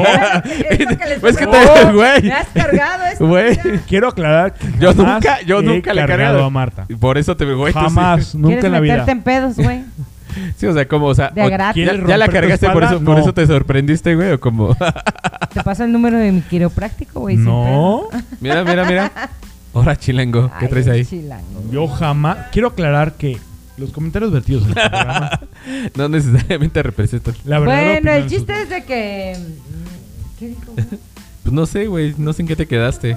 Speaker 1: es lo que les
Speaker 3: Pues que
Speaker 1: digo.
Speaker 3: te, güey.
Speaker 1: Me has cargado, esto,
Speaker 3: Güey.
Speaker 2: Quiero aclarar que
Speaker 3: Yo
Speaker 2: jamás
Speaker 3: nunca, yo
Speaker 2: he
Speaker 3: nunca le he
Speaker 2: cargado
Speaker 3: cargado
Speaker 2: a Marta.
Speaker 3: Por eso te güey. tú sí.
Speaker 2: Jamás, nunca
Speaker 1: ¿Quieres
Speaker 2: en la vida.
Speaker 1: meterte en pedos, güey?
Speaker 3: Sí, o sea, como, o sea,
Speaker 1: De
Speaker 3: o-
Speaker 1: gratis.
Speaker 3: ya,
Speaker 2: ¿Quieres
Speaker 3: ya la
Speaker 2: romper tu
Speaker 3: cargaste, por
Speaker 2: espalda?
Speaker 3: eso, por
Speaker 2: No.
Speaker 3: eso te sorprendiste, güey, o como.
Speaker 1: Te paso el número de mi quiropráctico, güey. sin pedo.
Speaker 2: No,
Speaker 3: Mira, mira, mira. Ahora chilango, ¿qué
Speaker 1: Ay,
Speaker 3: traes
Speaker 1: el
Speaker 3: ahí?
Speaker 1: chilango.
Speaker 2: yo jamás. Quiero aclarar que los comentarios vertidos en este programa,
Speaker 3: No necesariamente representan.
Speaker 2: la verdad.
Speaker 1: Bueno, el chiste es de que... mm, ¿Qué dijo? güey?
Speaker 3: Pues no sé, güey, no sé en qué te quedaste.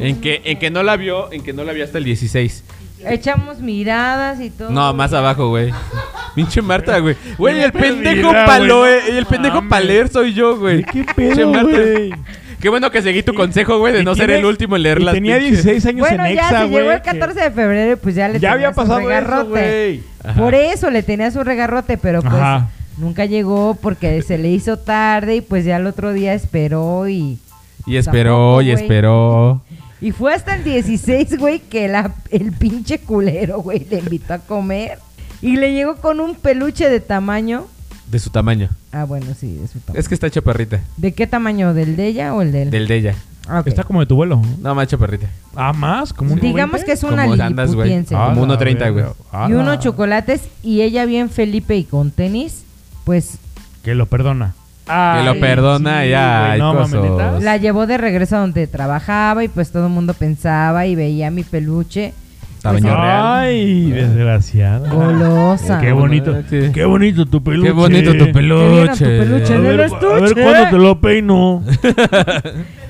Speaker 3: En que, en que no la vio, en que no la vio hasta el 16.
Speaker 1: Echamos miradas y todo.
Speaker 3: No, más abajo, güey. Pinche Marta, güey. Güey, el pendejo
Speaker 2: Mira,
Speaker 3: paloe,
Speaker 2: güey, no
Speaker 3: el pendejo
Speaker 2: mames.
Speaker 3: paler soy yo, güey.
Speaker 2: ¿Qué
Speaker 3: Pinche
Speaker 2: pedo,
Speaker 3: Marta.
Speaker 2: güey?
Speaker 3: Qué bueno que seguí tu consejo, güey, de
Speaker 2: Y
Speaker 3: no ser
Speaker 2: tiene-
Speaker 3: el último en leer
Speaker 2: y
Speaker 3: las
Speaker 2: Tenía
Speaker 3: pinches-
Speaker 2: 16 años
Speaker 1: Bueno,
Speaker 2: en
Speaker 1: ya
Speaker 2: Exa,
Speaker 1: se
Speaker 2: güey.
Speaker 1: llegó el
Speaker 2: que
Speaker 1: 14 de febrero y pues ya le
Speaker 2: Ya había
Speaker 1: tenías un
Speaker 2: pasado eso,
Speaker 1: regarrote.
Speaker 2: güey.
Speaker 3: Ajá.
Speaker 1: Por eso le tenía su regarrote, pero pues
Speaker 2: Ajá.
Speaker 1: nunca llegó porque se le hizo tarde y pues ya el otro día esperó y...
Speaker 3: Y esperó,
Speaker 1: Tampoco,
Speaker 3: y
Speaker 1: güey.
Speaker 3: esperó.
Speaker 1: Y fue hasta el 16, güey, que la- el pinche culero, güey, le invitó a comer. Y le llegó con un peluche de tamaño.
Speaker 3: De su tamaño.
Speaker 1: Ah, bueno, sí, de su tamaño.
Speaker 3: Es que está chaparrita.
Speaker 1: ¿De qué tamaño? ¿Del de ella o el de él?
Speaker 3: Del de ella.
Speaker 1: Ah, ok.
Speaker 2: Está como de tu vuelo. ¿no?
Speaker 3: No, más chaparrita.
Speaker 2: Ah, más, como un
Speaker 1: Digamos
Speaker 2: 90.
Speaker 1: que es una
Speaker 3: Como andas, güey.
Speaker 1: liliputiense.
Speaker 3: Ah, como
Speaker 2: la
Speaker 3: 1.30, güey.
Speaker 2: verga. Ah,
Speaker 1: y
Speaker 2: la-
Speaker 1: unos chocolates y ella bien Felipe y con tenis, pues
Speaker 2: Que lo perdona.
Speaker 3: Que lo perdona
Speaker 2: sí,
Speaker 3: ya.
Speaker 2: güey,
Speaker 3: ay,
Speaker 2: no mames,
Speaker 3: coso.
Speaker 2: ¿neta?
Speaker 1: la llevó de regreso a donde trabajaba y pues todo el mundo pensaba y veía mi peluche.
Speaker 3: Tamaño
Speaker 1: Pues, ah,
Speaker 3: real.
Speaker 2: Ay, desgraciada.
Speaker 1: Golosa.
Speaker 2: Qué bonito.
Speaker 3: Sí.
Speaker 2: Qué bonito tu peluche.
Speaker 3: Qué bonito tu
Speaker 1: vieron tu
Speaker 3: peluche.
Speaker 1: peluche.
Speaker 2: A
Speaker 1: en el
Speaker 2: ver, cu- a ver
Speaker 1: estuche.
Speaker 2: cuándo te lo peino.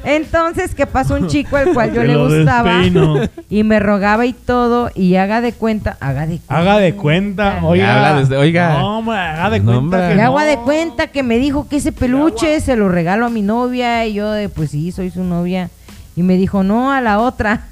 Speaker 1: Entonces, que pasó un chico al cual yo
Speaker 2: Te
Speaker 1: le
Speaker 2: lo
Speaker 1: gustaba
Speaker 2: despeino.
Speaker 1: y me rogaba y todo y haga de cuenta, haga de cuenta.
Speaker 2: Haga de cuenta, oiga.
Speaker 3: habla desde- oiga.
Speaker 2: No, hombre, haga de
Speaker 3: No,
Speaker 2: cuenta
Speaker 3: hombre.
Speaker 2: que
Speaker 1: Y
Speaker 2: no.
Speaker 1: hago de cuenta que me dijo que ese peluche se lo regalo a mi novia y yo de pues sí, soy su novia. Y me dijo, no, a la otra.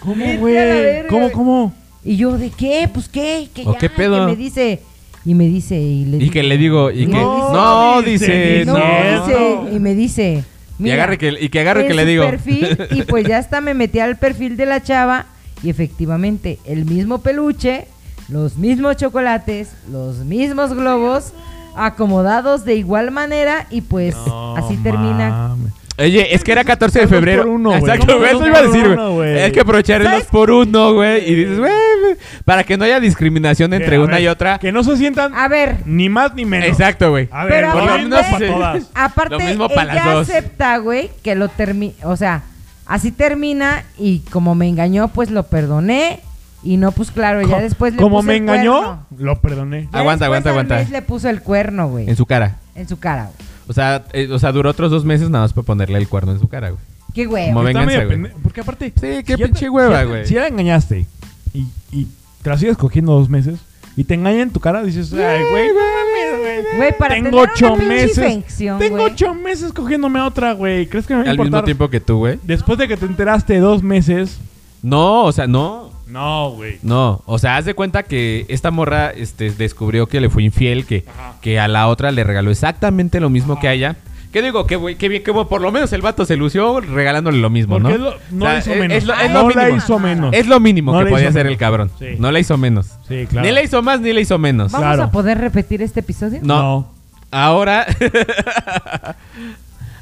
Speaker 2: ¿Cómo,
Speaker 1: Vete a la
Speaker 2: güey?
Speaker 1: verga.
Speaker 2: ¿Cómo, cómo?
Speaker 1: Y yo, ¿de qué? Pues qué, que
Speaker 3: ¿O
Speaker 1: ya,
Speaker 3: qué pedo?
Speaker 1: que me dice. Y me dice, y le
Speaker 3: Y que le digo, y que.
Speaker 1: No,
Speaker 3: No,
Speaker 2: dice,
Speaker 3: dice.
Speaker 1: no,
Speaker 3: No,
Speaker 2: cierto.
Speaker 1: dice, y me dice.
Speaker 3: Y
Speaker 1: mira,
Speaker 3: agarre que, y que agarre
Speaker 1: en
Speaker 3: que le
Speaker 1: su
Speaker 3: digo.
Speaker 1: perfil, y pues ya hasta me metí al perfil de la chava y efectivamente el mismo peluche, los mismos chocolates, los mismos globos acomodados de igual manera y pues así termina.
Speaker 2: mames.
Speaker 3: Oye, es que era 14 de
Speaker 2: Dos por
Speaker 3: febrero.
Speaker 2: uno, güey.
Speaker 3: Exacto,
Speaker 2: Dos
Speaker 3: güey,
Speaker 2: por
Speaker 3: eso iba a
Speaker 2: uno,
Speaker 3: decir,
Speaker 2: uno,
Speaker 3: güey.
Speaker 2: güey.
Speaker 3: Hay que aprovechar el
Speaker 1: ¿Sabes?
Speaker 3: 2 por 1, güey. Y dices, güey, para que no haya discriminación entre
Speaker 2: A
Speaker 3: una
Speaker 2: ver,
Speaker 3: y otra.
Speaker 2: Que no se sientan
Speaker 1: A ver,
Speaker 2: ni más ni menos. Ah,
Speaker 3: Exacto, güey.
Speaker 2: A ver,
Speaker 1: Ah. Pero
Speaker 2: por lo
Speaker 1: aparte-
Speaker 2: menos para
Speaker 3: sí.
Speaker 2: todas.
Speaker 1: aparte
Speaker 3: Lo mismo para las
Speaker 1: ella
Speaker 3: dos.
Speaker 1: acepta, güey, que lo termina, o sea, Así termina y como me engañó, pues lo perdoné. Y no, pues claro, ya
Speaker 2: Co-
Speaker 1: después le
Speaker 2: Como
Speaker 1: puse
Speaker 2: me
Speaker 1: el
Speaker 2: engañó,
Speaker 1: cuerno.
Speaker 2: lo perdoné.
Speaker 1: Ya después
Speaker 3: Aguanta, aguanta,
Speaker 1: al
Speaker 3: aguanta.
Speaker 1: mes le puso el cuerno, güey.
Speaker 3: En su cara.
Speaker 1: En su cara, güey.
Speaker 3: O sea, eh, o sea, duró otros dos meses nada más para ponerle el cuerno en su cara, güey.
Speaker 1: Qué güey.
Speaker 3: Como
Speaker 1: güey.
Speaker 2: Está
Speaker 3: venganza,
Speaker 2: medio
Speaker 3: güey.
Speaker 2: pende- Porque aparte.
Speaker 3: Sí, qué
Speaker 2: si ya
Speaker 3: pinche
Speaker 2: te-
Speaker 3: hueva,
Speaker 2: si ya te-
Speaker 3: güey.
Speaker 2: Si ya la engañaste y, y te la sigues cogiendo dos meses y te engaña en tu cara, dices, ay, güey, no mames, güey.
Speaker 1: Güey, para
Speaker 2: Tengo
Speaker 1: tener una
Speaker 2: ocho
Speaker 1: pinche
Speaker 2: meses.
Speaker 1: infección,
Speaker 2: Tengo
Speaker 1: güey.
Speaker 2: ocho meses cogiéndome a otra, güey. ¿Crees que me va a
Speaker 3: Al mismo
Speaker 2: importar?
Speaker 3: tiempo que tú, güey.
Speaker 2: Después de que te enteraste dos meses.
Speaker 3: No, o sea, no.
Speaker 2: No, güey.
Speaker 3: No, o sea, haz de cuenta que esta morra este, descubrió que le fue infiel, que, que a la otra le regaló exactamente lo mismo que a ella. ¿Qué digo? Que, güey, que bien, que bueno, por lo menos el vato se lució regalándole lo mismo,
Speaker 2: Porque
Speaker 3: ¿no?
Speaker 2: es lo- no
Speaker 3: O sea,
Speaker 2: la hizo
Speaker 3: es-
Speaker 2: menos.
Speaker 3: Es lo, es
Speaker 1: Ah,
Speaker 3: lo
Speaker 2: no la
Speaker 3: mínimo.
Speaker 2: hizo menos.
Speaker 3: Es lo mínimo
Speaker 2: No
Speaker 3: que
Speaker 2: le hizo
Speaker 3: podía hacer
Speaker 2: menos.
Speaker 3: el cabrón.
Speaker 2: Sí.
Speaker 3: No la hizo menos.
Speaker 2: Sí, claro.
Speaker 3: Ni la hizo más, ni la hizo menos.
Speaker 1: ¿Vamos
Speaker 2: Claro.
Speaker 1: a poder repetir este episodio?
Speaker 3: No. Ahora.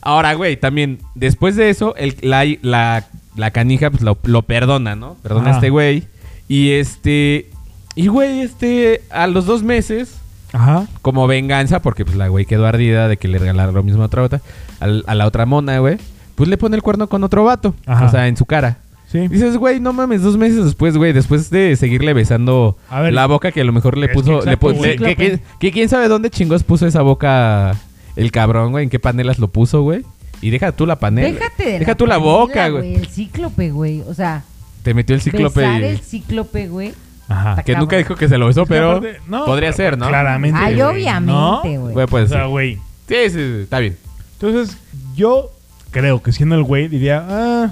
Speaker 3: Ahora, güey, también. Después de eso, el, la, la, la canija pues, lo, lo perdona, ¿no? Perdona a
Speaker 2: Ah.
Speaker 3: este güey. Y este. Y güey, este. A los dos meses,
Speaker 2: Ajá.
Speaker 3: como venganza, porque pues la güey quedó ardida de que le regalaron lo mismo a otra otra. al- A, la otra mona, güey. Pues le pone el cuerno con otro vato.
Speaker 2: Ajá.
Speaker 3: O sea, en su cara.
Speaker 2: Sí.
Speaker 3: Dices, güey, no mames, dos meses después, güey, después de seguirle besando
Speaker 2: A ver.
Speaker 3: la boca que a lo mejor le
Speaker 2: Es que
Speaker 3: puso, le
Speaker 2: exacto,
Speaker 3: pu-
Speaker 2: güey.
Speaker 3: le- que, que- que quién sabe dónde chingos puso esa boca el cabrón, güey, en qué panelas lo puso, güey. Y deja tú la panela.
Speaker 1: Déjate de
Speaker 3: Deja tú la
Speaker 1: panela,
Speaker 3: boca, güey.
Speaker 1: El cíclope, güey. O sea,
Speaker 3: Te metió el cíclope.
Speaker 1: besar
Speaker 3: y-
Speaker 1: el cíclope, güey.
Speaker 2: Ajá.
Speaker 3: Que
Speaker 1: cabrón.
Speaker 3: nunca dijo que se lo besó,
Speaker 2: Es que
Speaker 3: pero
Speaker 2: aparte- no,
Speaker 3: podría
Speaker 2: pero
Speaker 3: ser, ¿no?
Speaker 2: Claramente.
Speaker 1: Ay,
Speaker 2: güey,
Speaker 1: obviamente,
Speaker 2: ¿no?
Speaker 1: güey.
Speaker 3: Güey, pues. puede
Speaker 2: O sea,
Speaker 3: ser.
Speaker 2: güey.
Speaker 3: Sí, sí, sí, está bien.
Speaker 2: Entonces, yo creo que siendo el güey diría, ah,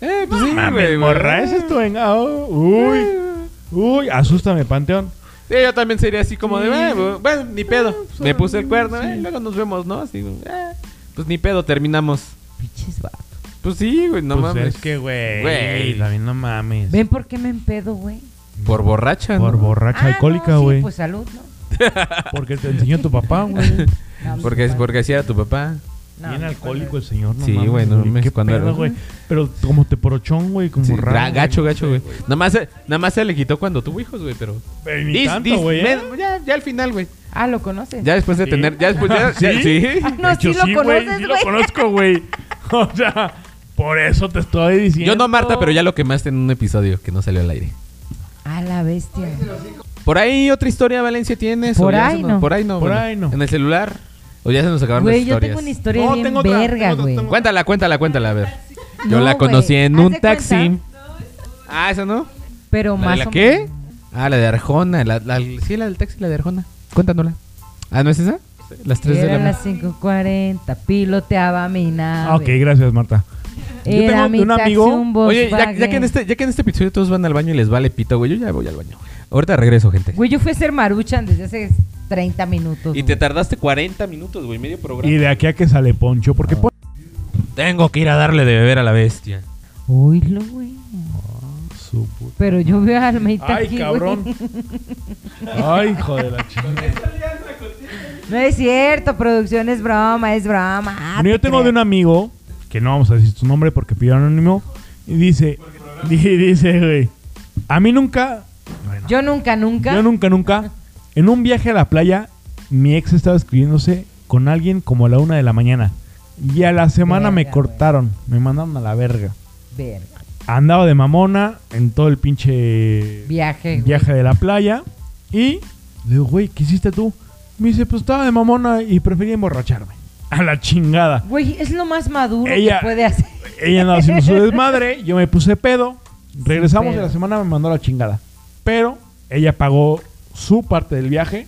Speaker 3: Eh, pues sí,
Speaker 2: mames,
Speaker 3: güey.
Speaker 2: morra,
Speaker 3: güey.
Speaker 2: ese es tu vengado. Uy, uy, asústame, panteón.
Speaker 3: Sí, yo también sería así como de,
Speaker 2: Sí.
Speaker 3: "Eh, bu- bueno, ni pedo.
Speaker 2: pues,
Speaker 3: Me puse el
Speaker 2: ah,
Speaker 3: cuerno,
Speaker 2: sí.
Speaker 3: eh, luego nos vemos, ¿no? Así, eh, pues ni pedo, terminamos.
Speaker 1: Pinches vatos.
Speaker 3: Pues sí, güey, no
Speaker 2: pues
Speaker 3: mames.
Speaker 2: es que, güey,
Speaker 3: Güey.
Speaker 2: también no mames.
Speaker 1: ¿Ven por qué me empedo, güey?
Speaker 3: Por borracha,
Speaker 2: Por
Speaker 3: ¿no?
Speaker 2: borracha
Speaker 1: Ah,
Speaker 2: alcohólica,
Speaker 1: no, sí,
Speaker 2: güey.
Speaker 1: pues salud, ¿no?
Speaker 2: Porque te enseñó tu papá, güey.
Speaker 1: No,
Speaker 3: Pues Porque,
Speaker 1: mi
Speaker 3: es-
Speaker 1: papá.
Speaker 3: porque así era tu papá.
Speaker 1: No,
Speaker 2: Bien
Speaker 1: mi
Speaker 2: alcohólico
Speaker 1: papá
Speaker 2: el señor, no
Speaker 3: Sí,
Speaker 2: mames.
Speaker 3: güey, no mames,
Speaker 2: Qué
Speaker 3: cuando
Speaker 2: pedo,
Speaker 3: era-
Speaker 2: güey. Pero como te porochón, güey, como
Speaker 3: Sí,
Speaker 2: raro.
Speaker 3: ra-
Speaker 2: güey.
Speaker 3: gacho, gacho, güey. Nada más, se- nada más se le quitó cuando tuvo hijos, güey, pero...
Speaker 2: Pero ni
Speaker 3: Dis-
Speaker 2: tanto,
Speaker 3: dis-
Speaker 2: güey. ¿eh?
Speaker 3: me- ya, ya al final, güey.
Speaker 1: no. Ah, ¿lo conoces?
Speaker 3: Ya después de
Speaker 2: Sí.
Speaker 3: tener... Ya después de...
Speaker 2: ¿Sí?
Speaker 3: ya- ¿Sí?
Speaker 1: Ah, no, sí,
Speaker 2: De hecho,
Speaker 1: lo
Speaker 2: güey,
Speaker 1: conoces,
Speaker 2: sí
Speaker 1: güey.
Speaker 2: lo conozco, güey. O sea, por eso te estoy diciendo.
Speaker 3: Yo no, Marta, pero ya lo quemaste en un episodio que no salió al aire.
Speaker 1: A la bestia.
Speaker 3: Por ahí otra historia, Valencia, tienes. o
Speaker 1: Por
Speaker 3: ya se
Speaker 1: ahí
Speaker 3: nos-
Speaker 1: no.
Speaker 3: Por ahí no.
Speaker 2: Por
Speaker 3: bueno,
Speaker 2: ahí no.
Speaker 3: En el celular. O ya se nos acabaron
Speaker 1: Güey,
Speaker 3: las
Speaker 1: yo
Speaker 3: historias.
Speaker 1: tengo una historia
Speaker 2: No,
Speaker 1: bien
Speaker 2: tengo otra,
Speaker 1: verga,
Speaker 2: tengo otra,
Speaker 1: güey.
Speaker 2: tengo otra.
Speaker 3: Cuéntala, cuéntala, cuéntala, a ver. Yo
Speaker 1: No,
Speaker 3: la conocí
Speaker 1: güey,
Speaker 3: en
Speaker 1: haz
Speaker 3: un
Speaker 1: de cuenta.
Speaker 3: taxi. Ah, ¿esa no?
Speaker 1: Pero
Speaker 3: ¿La de
Speaker 1: más
Speaker 3: la
Speaker 1: o
Speaker 3: qué?
Speaker 1: menos.
Speaker 3: Ah, la de Arjona. La, la- sí, la del taxi, la de Arjona. Cuéntanosla. Ah, ¿no es esa? Las 3 de la
Speaker 1: Eran las
Speaker 3: mañana.
Speaker 1: 5.40, piloteaba mi nave.
Speaker 2: Ah, ok, gracias, Marta.
Speaker 1: Era
Speaker 2: tengo
Speaker 1: mi
Speaker 2: de un
Speaker 1: taxi,
Speaker 2: amigo-
Speaker 1: un
Speaker 3: Oye, ya, ya
Speaker 1: Volkswagen.
Speaker 3: que en este, ya que en este episodio todos van al baño y les vale pito, güey, yo ya voy al baño. Ahorita regreso, gente.
Speaker 1: Güey, yo fui a ser maruchan desde hace 30 minutos.
Speaker 3: Y te
Speaker 1: güey.
Speaker 3: tardaste 40 minutos, güey, medio programa.
Speaker 2: Y de aquí a que sale Poncho, porque pon-
Speaker 3: Tengo que ir a darle de beber a la bestia.
Speaker 1: Oílo, güey.
Speaker 2: Su puta-
Speaker 1: Pero yo veo a Almeida
Speaker 2: Ay,
Speaker 1: aquí,
Speaker 2: cabrón.
Speaker 1: güey.
Speaker 2: Ay, hijo de la chingada.
Speaker 1: No es cierto, producción es broma, es broma. Ah,
Speaker 2: Bueno, yo
Speaker 1: te
Speaker 2: tengo de
Speaker 1: creo.
Speaker 2: un amigo, que no vamos a decir su nombre porque pidió anónimo, y dice, y dice, güey, a mí nunca, bueno,
Speaker 1: Yo nunca, nunca.
Speaker 2: yo nunca, nunca, en un viaje a la playa, mi ex estaba escribiéndose con alguien como a la una de la mañana. Y a la semana me
Speaker 1: Verga, güey.
Speaker 2: cortaron, me mandaron a la verga.
Speaker 1: Verga.
Speaker 2: Andaba de mamona en todo el pinche
Speaker 1: Viaje, güey.
Speaker 2: viaje de la playa. Y le digo, güey, ¿qué hiciste tú? Me dice, pues estaba de mamona y prefería emborracharme. A la chingada.
Speaker 1: Güey, es lo más maduro
Speaker 2: Ella-
Speaker 1: que puede hacer.
Speaker 2: Ella andaba haciendo su desmadre, yo me puse pedo. Regresamos
Speaker 1: pedo.
Speaker 2: de la semana, me mandó a la chingada. Pero ella pagó su parte del viaje,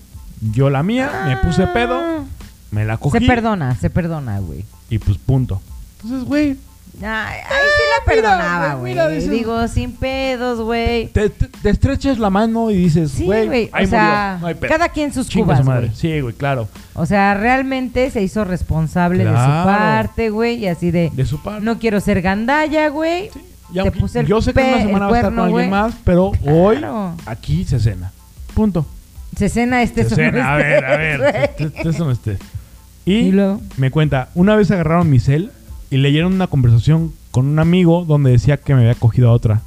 Speaker 2: yo la mía, me puse pedo, me la cogí.
Speaker 1: Ah. Se perdona, se perdona, güey.
Speaker 2: Y pues punto. Entonces, güey,
Speaker 1: Ay, ahí sí la perdonaba, güey. Digo, sin pedos, güey.
Speaker 2: te, te- te estrechas la mano y dices,
Speaker 1: Sí,
Speaker 2: güey,
Speaker 1: güey,
Speaker 2: ahí
Speaker 1: o sea,
Speaker 2: murió, no hay pedo.
Speaker 1: cada quien sus
Speaker 2: Chinga
Speaker 1: cubas,
Speaker 2: su madre.
Speaker 1: güey.
Speaker 2: Sí, güey, claro.
Speaker 1: O sea, realmente se hizo responsable de su
Speaker 2: Claro.
Speaker 1: parte, güey. Y así de,
Speaker 2: De su parte.
Speaker 1: no quiero ser gandalla, güey.
Speaker 2: Y
Speaker 1: Te
Speaker 2: aunque-
Speaker 1: puse el
Speaker 2: yo sé que en una
Speaker 1: pe-
Speaker 2: semana
Speaker 1: el
Speaker 2: va a estar
Speaker 1: cuerno,
Speaker 2: con alguien
Speaker 1: güey.
Speaker 2: más, pero
Speaker 1: Claro.
Speaker 2: hoy aquí se cena. Punto.
Speaker 1: Se cena este
Speaker 2: Se
Speaker 1: sobre
Speaker 2: cena, a
Speaker 1: este,
Speaker 2: ver, a ver.
Speaker 1: güey.
Speaker 2: Este- este no esté. Y,
Speaker 1: Y luego.
Speaker 2: me cuenta, una vez agarraron mi cel y leyeron una conversación con un amigo donde decía que me había cogido a otra.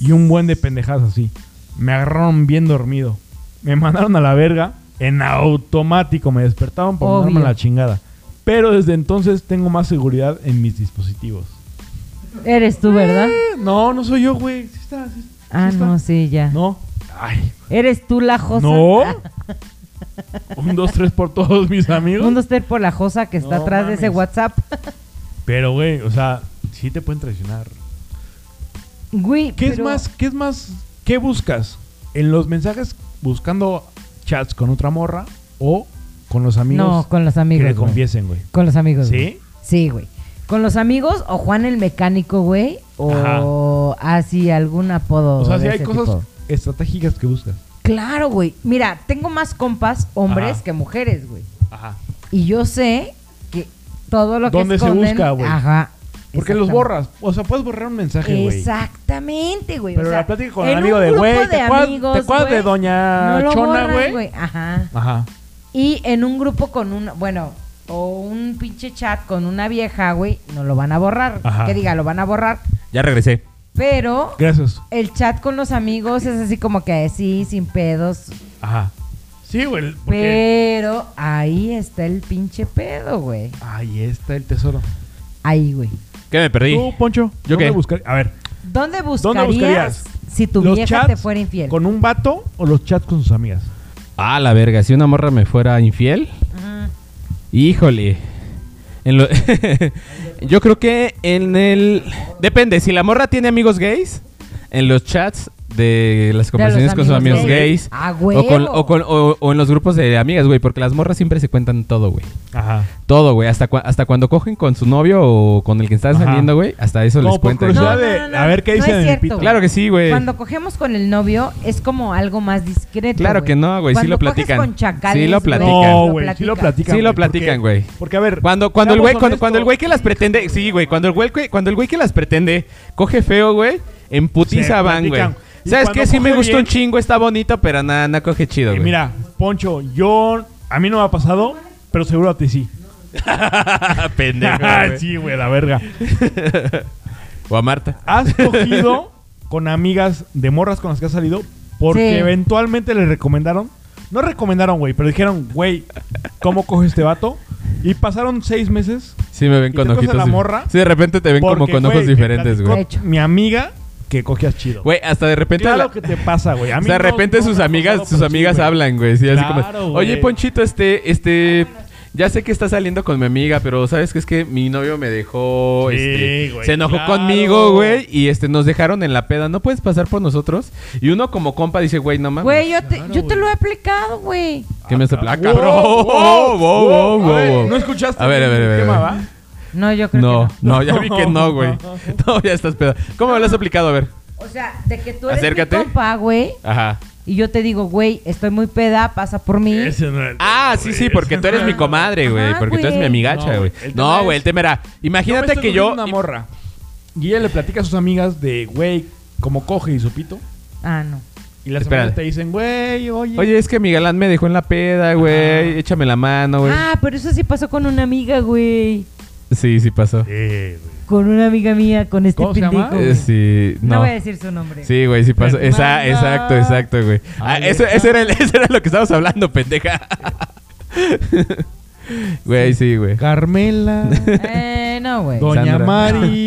Speaker 2: Y un buen de pendejadas así. Me agarraron bien dormido. Me mandaron a la verga. En automático me despertaron para
Speaker 1: Obvio.
Speaker 2: mandarme a la chingada. Pero desde entonces tengo más seguridad en mis dispositivos.
Speaker 1: Eres tú, ¿verdad?
Speaker 2: Eh, No, no soy yo, güey. Sí está, sí- sí
Speaker 1: Ah,
Speaker 2: está.
Speaker 1: no, sí, ya.
Speaker 2: No. Ay.
Speaker 1: ¿Eres tú la josa? Ah,
Speaker 2: No. Un, dos, tres por todos mis amigos.
Speaker 1: Un dos, tres por la josa que está
Speaker 2: No
Speaker 1: atrás de ese
Speaker 2: mames.
Speaker 1: WhatsApp.
Speaker 2: Pero, güey, o sea, sí te pueden traicionar.
Speaker 1: Güey,
Speaker 2: ¿Qué es
Speaker 1: pero-
Speaker 2: más? ¿Qué es más? ¿Qué buscas? ¿En los mensajes buscando chats con otra morra o con los amigos?
Speaker 1: No, con los amigos.
Speaker 2: que le
Speaker 1: güey.
Speaker 2: confiesen, güey.
Speaker 1: Con los amigos.
Speaker 2: ¿Sí?
Speaker 1: güey. Sí, güey. Con los amigos o Juan el mecánico, güey, o así algún apodo.
Speaker 2: O sea, sí
Speaker 1: de
Speaker 2: hay
Speaker 1: ese
Speaker 2: cosas
Speaker 1: tipo.
Speaker 2: estratégicas que buscas.
Speaker 1: Claro, güey. Mira, tengo más compas hombres
Speaker 2: Ajá.
Speaker 1: que mujeres, güey.
Speaker 2: Ajá.
Speaker 1: Y yo sé que todo lo que
Speaker 2: ¿Dónde se
Speaker 1: esconden-
Speaker 2: busca, güey?
Speaker 1: Ajá.
Speaker 2: Porque los
Speaker 1: Exactamente.
Speaker 2: borras. O sea, puedes borrar un mensaje, güey.
Speaker 1: Exactamente, güey.
Speaker 2: Pero
Speaker 1: o sea,
Speaker 2: la plática con
Speaker 1: en
Speaker 2: el amigo
Speaker 1: un
Speaker 2: de,
Speaker 1: grupo
Speaker 2: güey, ¿te acuerdas-
Speaker 1: amigos,
Speaker 2: te acuerdas de
Speaker 1: güey,
Speaker 2: doña
Speaker 1: no lo
Speaker 2: Chona,
Speaker 1: borras,
Speaker 2: güey?
Speaker 1: Ajá.
Speaker 2: Ajá.
Speaker 1: Y en un grupo con un, bueno, o un pinche chat con una vieja, güey, no lo van a borrar.
Speaker 2: Ajá.
Speaker 1: Que diga, lo van a borrar.
Speaker 3: Ya regresé.
Speaker 1: Pero
Speaker 2: Gracias.
Speaker 1: el chat con los amigos es así como que sí, sin pedos.
Speaker 2: Ajá. Sí, güey. Porque
Speaker 1: Pero ahí está el pinche pedo, güey.
Speaker 2: ahí está el tesoro.
Speaker 1: Ahí, güey.
Speaker 3: ¿Qué me perdí?
Speaker 2: Tú, Poncho,
Speaker 3: ¿Yo
Speaker 2: ¿dónde
Speaker 3: qué?
Speaker 2: buscar- A ver,
Speaker 1: ¿Dónde buscarías,
Speaker 2: ¿dónde buscarías?
Speaker 1: si tu
Speaker 2: ¿Los
Speaker 1: vieja te
Speaker 2: chats
Speaker 1: fuera infiel?
Speaker 2: ¿Con un vato o los chats con sus amigas?
Speaker 3: Ah, la verga. Si una morra me fuera infiel.
Speaker 1: Ajá.
Speaker 3: Híjole. En lo- Yo creo que en el... Depende, si la morra tiene amigos gays, en los chats de las conversaciones con sus
Speaker 1: amigos
Speaker 3: amigos
Speaker 1: gays.
Speaker 3: gays.
Speaker 1: ¡A
Speaker 3: o, con-
Speaker 1: huevo!
Speaker 3: o con- o- o en los grupos de amigas, güey, porque las morras siempre se cuentan todo, güey.
Speaker 2: Ajá.
Speaker 3: Todo, güey. Hasta, cua- hasta cuando cogen con su novio o con el que están
Speaker 2: Ajá.
Speaker 3: saliendo, güey, hasta eso
Speaker 2: Como
Speaker 3: les
Speaker 2: por
Speaker 3: cuentan.
Speaker 2: curiosidad
Speaker 1: No,
Speaker 2: de-
Speaker 1: no, no, no.
Speaker 2: a ver qué
Speaker 1: No es
Speaker 2: dicen en el
Speaker 1: cierto.
Speaker 2: pito.
Speaker 3: Claro que sí, güey.
Speaker 1: Cuando cogemos con el novio es como algo más discreto.
Speaker 3: Claro que no, güey, sí
Speaker 1: Cuando
Speaker 3: lo
Speaker 1: coges
Speaker 3: platican.
Speaker 1: con chacales,
Speaker 3: Sí lo
Speaker 1: güey,
Speaker 3: platican.
Speaker 2: No, güey, sí lo platican.
Speaker 3: Sí lo
Speaker 2: porque-
Speaker 3: platican, güey.
Speaker 2: Porque, a ver.
Speaker 3: Cuando, cuando el
Speaker 2: seamos
Speaker 3: güey, cuando, cuando el güey
Speaker 2: honestos,
Speaker 3: que las pretende, sí, güey, cuando el güey que, cuando el güey que las pretende, coge feo, güey, en putiza
Speaker 2: Se
Speaker 3: van, güey.
Speaker 2: platican. Y
Speaker 3: ¿Sabes
Speaker 2: cuando
Speaker 3: qué? Sí me
Speaker 2: coge
Speaker 3: gustó
Speaker 2: bien-
Speaker 3: un chingo, está bonito, pero nada, no coge chido,
Speaker 2: eh,
Speaker 3: güey.
Speaker 2: Mira, Poncho, yo. A mí no me ha pasado, pero seguro a ti sí.
Speaker 3: pendejo. güey.
Speaker 2: Ah, sí, güey, la verga.
Speaker 3: O a Marta.
Speaker 2: ¿Has cogido con amigas de morras con las que has salido? Porque
Speaker 1: Sí.
Speaker 2: eventualmente les recomendaron. No recomendaron, güey, pero dijeron, güey, ¿cómo coge este vato? Y pasaron seis meses
Speaker 3: Sí me ven
Speaker 2: ¿Y
Speaker 3: con
Speaker 2: te
Speaker 3: ojitos.
Speaker 2: cruzas la
Speaker 3: dif-
Speaker 2: morra?
Speaker 3: Sí, de repente te ven como
Speaker 2: Porque,
Speaker 3: con
Speaker 2: güey,
Speaker 3: ojos
Speaker 2: me
Speaker 3: diferentes,
Speaker 2: platicó
Speaker 3: güey.
Speaker 1: Hecho.
Speaker 2: Mi amiga que cogías chido.
Speaker 3: Güey, hasta de repente
Speaker 2: claro
Speaker 3: la-
Speaker 2: que te pasa, güey. A
Speaker 3: O
Speaker 2: mí
Speaker 3: sea, de
Speaker 2: no-
Speaker 3: repente
Speaker 2: no me
Speaker 3: sus
Speaker 2: ha
Speaker 3: amigas,
Speaker 2: pasado,
Speaker 3: sus
Speaker 2: pero sí,
Speaker 3: amigas
Speaker 2: güey.
Speaker 3: hablan, güey. Sí, así como,
Speaker 2: Claro,
Speaker 3: Oye,
Speaker 2: güey.
Speaker 3: Ponchito, este, este, ya sé que estás saliendo con mi amiga, pero sabes que es que mi novio me dejó,
Speaker 2: Sí,
Speaker 3: este,
Speaker 2: güey,
Speaker 3: se enojó
Speaker 2: claro.
Speaker 3: conmigo, güey, y este, nos dejaron en la peda. No puedes pasar por nosotros. Y uno como compa dice, güey, no mames.
Speaker 1: Güey, yo, te,
Speaker 2: Claro,
Speaker 1: yo te
Speaker 2: güey.
Speaker 1: lo he aplicado, güey.
Speaker 3: ¿Qué me está
Speaker 2: Wow,
Speaker 3: placa? Bro,
Speaker 2: Ah, wow,
Speaker 3: wow,
Speaker 2: wow,
Speaker 3: wow,
Speaker 2: a ver,
Speaker 3: wow.
Speaker 2: ¿No escuchaste?
Speaker 3: A ver, a ver, a ver,
Speaker 2: el
Speaker 3: a
Speaker 2: tema,
Speaker 3: ver.
Speaker 2: va?
Speaker 1: No, yo creo
Speaker 3: No,
Speaker 1: que no.
Speaker 3: no, ya vi que no, güey. No, ya estás peda. ¿Cómo me lo has aplicado? A ver.
Speaker 1: O sea, de que tú eres
Speaker 3: Acércate.
Speaker 1: mi compa, güey,
Speaker 3: Ajá.
Speaker 1: y yo te digo, güey, estoy muy peda, pasa por mí.
Speaker 2: Ese no era el
Speaker 3: Ah,
Speaker 2: tema,
Speaker 3: sí,
Speaker 2: güey.
Speaker 3: sí, porque tú eres mi comadre, güey.
Speaker 1: Ajá,
Speaker 3: Porque tú eres
Speaker 1: güey.
Speaker 3: mi amigacha,
Speaker 2: No,
Speaker 3: güey.
Speaker 2: el tema
Speaker 3: No, güey,
Speaker 2: es-
Speaker 3: el tema era.
Speaker 2: Yo me
Speaker 3: Imagínate
Speaker 2: estoy
Speaker 3: que
Speaker 2: cogiendo
Speaker 3: yo.
Speaker 2: una morra. Y ella le platica a sus amigas de, güey, cómo coge y su pito.
Speaker 1: Ah, no.
Speaker 2: Y las
Speaker 3: Espera.
Speaker 2: amigas te dicen, güey, oye.
Speaker 3: Oye, es que mi galán me dejó en la peda, güey. Échame la mano, güey.
Speaker 1: Ah, pero eso sí pasó con una amiga, güey.
Speaker 3: Sí, sí pasó.
Speaker 2: Sí, güey.
Speaker 1: Con una amiga mía, con este
Speaker 2: ¿Cómo se llama?
Speaker 1: pendejo.
Speaker 2: güey.
Speaker 3: Eh, Sí,
Speaker 1: No.
Speaker 3: no.
Speaker 1: voy a decir su nombre.
Speaker 3: Sí, güey, sí pasó. Esa,
Speaker 2: Fernanda.
Speaker 3: exacto, exacto, güey. Ah,
Speaker 2: Ahí
Speaker 3: eso,
Speaker 2: está.
Speaker 3: eso era el- eso era lo que estábamos hablando, pendeja. Güey, sí, güey.
Speaker 2: Carmela,
Speaker 1: Eh, no, güey.
Speaker 2: Doña
Speaker 3: Sandra.
Speaker 2: Mari.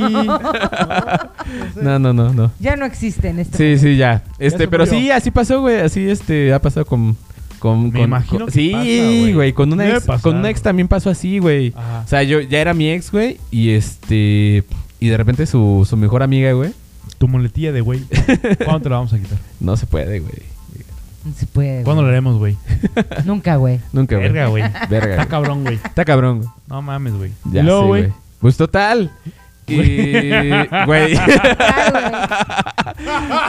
Speaker 3: No, no, no, no.
Speaker 1: Ya no existe en este.
Speaker 3: Sí, sí, ya. Este,
Speaker 2: se
Speaker 3: pero
Speaker 2: murió.
Speaker 3: sí, así pasó, güey. Así este ha pasado con con,
Speaker 2: Me
Speaker 3: con-
Speaker 2: imagino
Speaker 3: con-
Speaker 2: que
Speaker 3: sí,
Speaker 2: pasa, güey.
Speaker 3: güey, con una
Speaker 2: Debe
Speaker 3: ex,
Speaker 2: pasar,
Speaker 3: con una ex
Speaker 2: güey.
Speaker 3: también pasó así, güey.
Speaker 2: Ajá.
Speaker 3: O sea, yo ya era mi ex, güey, y este y de repente su, su mejor amiga, güey,
Speaker 2: tu muletilla de güey. ¿Cuándo te la vamos a quitar?
Speaker 3: no se puede, güey.
Speaker 1: No se puede.
Speaker 2: ¿Cuándo
Speaker 1: güey.
Speaker 2: la haremos, güey?
Speaker 1: Nunca, güey.
Speaker 3: Nunca, güey.
Speaker 2: Verga, güey.
Speaker 3: Verga,
Speaker 2: Está
Speaker 3: güey.
Speaker 2: cabrón, güey.
Speaker 3: Está cabrón. güey.
Speaker 2: No mames, güey.
Speaker 3: Ya
Speaker 2: Y luego,
Speaker 3: sé, güey. Pues total. Y güey.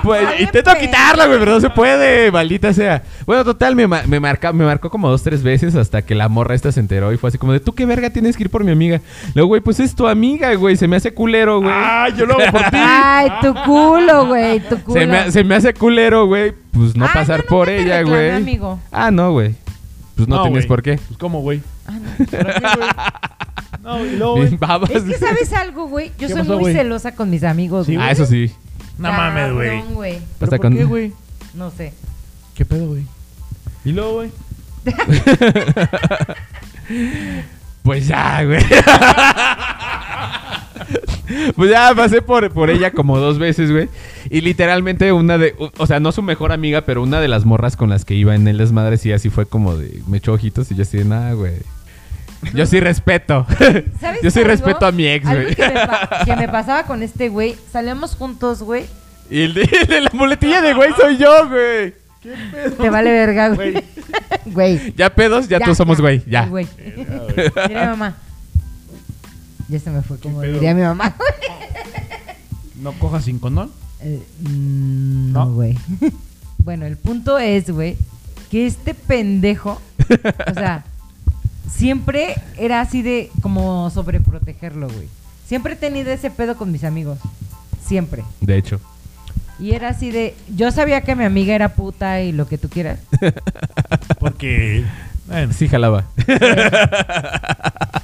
Speaker 3: Pues
Speaker 1: Ay,
Speaker 3: intento
Speaker 1: pendejo.
Speaker 3: quitarla, güey, pero no se puede, maldita sea. Bueno, total, me, ma- me, marca, me marcó como dos, tres veces hasta que la morra esta se enteró y fue así como de, ¿tú qué verga tienes que ir por mi amiga? Luego, güey, pues es tu amiga, güey, se me hace culero, güey.
Speaker 2: Ah, yo lo hago por ti. Ah,
Speaker 1: Ay, tu culo, güey. Tu culo. Ah,
Speaker 3: se, me, se me hace culero, güey, pues no
Speaker 1: Ay, yo
Speaker 3: pasar
Speaker 1: nunca
Speaker 3: por
Speaker 1: te
Speaker 3: ella,
Speaker 1: reclamé,
Speaker 3: güey.
Speaker 1: amigo.
Speaker 3: Ah, no, güey. Pues no, tenías
Speaker 2: güey.
Speaker 3: por qué.
Speaker 2: Pues cómo, güey.
Speaker 1: Ah, no.
Speaker 2: ¿Para qué, güey? No, y luego,
Speaker 3: Bien
Speaker 2: güey.
Speaker 3: babas.
Speaker 1: Es que sabes algo, güey.
Speaker 2: ¿Qué
Speaker 1: Yo soy
Speaker 2: pasó,
Speaker 1: muy
Speaker 2: güey?
Speaker 1: celosa con mis amigos,
Speaker 2: Sí,
Speaker 1: güey.
Speaker 3: Ah, eso sí.
Speaker 2: No mames, güey.
Speaker 1: Cabrón, güey.
Speaker 2: ¿Pero
Speaker 3: Hasta
Speaker 2: por
Speaker 3: con-
Speaker 2: qué, güey?
Speaker 1: No sé.
Speaker 2: ¿Qué pedo, güey? Y luego, güey.
Speaker 3: Pues ya, güey. Pues ya pasé por, por ella como dos veces, güey. Y literalmente una de... o- O sea, no su mejor amiga, pero una de las morras con las que iba en el desmadre sí así fue como de... Me echó ojitos y yo así de nada, güey. Yo sí respeto.
Speaker 1: ¿Sabes
Speaker 3: Yo sí
Speaker 1: algo?
Speaker 3: respeto a mi ex,
Speaker 1: Algo
Speaker 3: güey.
Speaker 1: Que, me pa- que me pasaba con este güey. Salíamos juntos, güey.
Speaker 3: Y el de, el de la muletilla de güey soy yo, güey.
Speaker 2: ¿Qué pedo?
Speaker 1: Te vale verga, güey.
Speaker 2: Güey.
Speaker 1: Güey.
Speaker 3: Ya pedos, ya, todos somos güey, ya.
Speaker 1: Güey. Mira, mamá. Ya se me fue como
Speaker 2: pedo?
Speaker 1: diría mi mamá.
Speaker 2: ¿No cojas sin condón?
Speaker 1: Eh, mm,
Speaker 2: ¿No?
Speaker 1: no, güey. bueno, el punto es, güey, que este pendejo, o sea, siempre era así de como sobreprotegerlo, güey. Siempre he tenido ese pedo con mis amigos. Siempre.
Speaker 3: De hecho.
Speaker 1: Y era así de. Yo sabía que mi amiga era puta y lo que tú quieras.
Speaker 2: Porque... Bueno,
Speaker 3: Sí jalaba.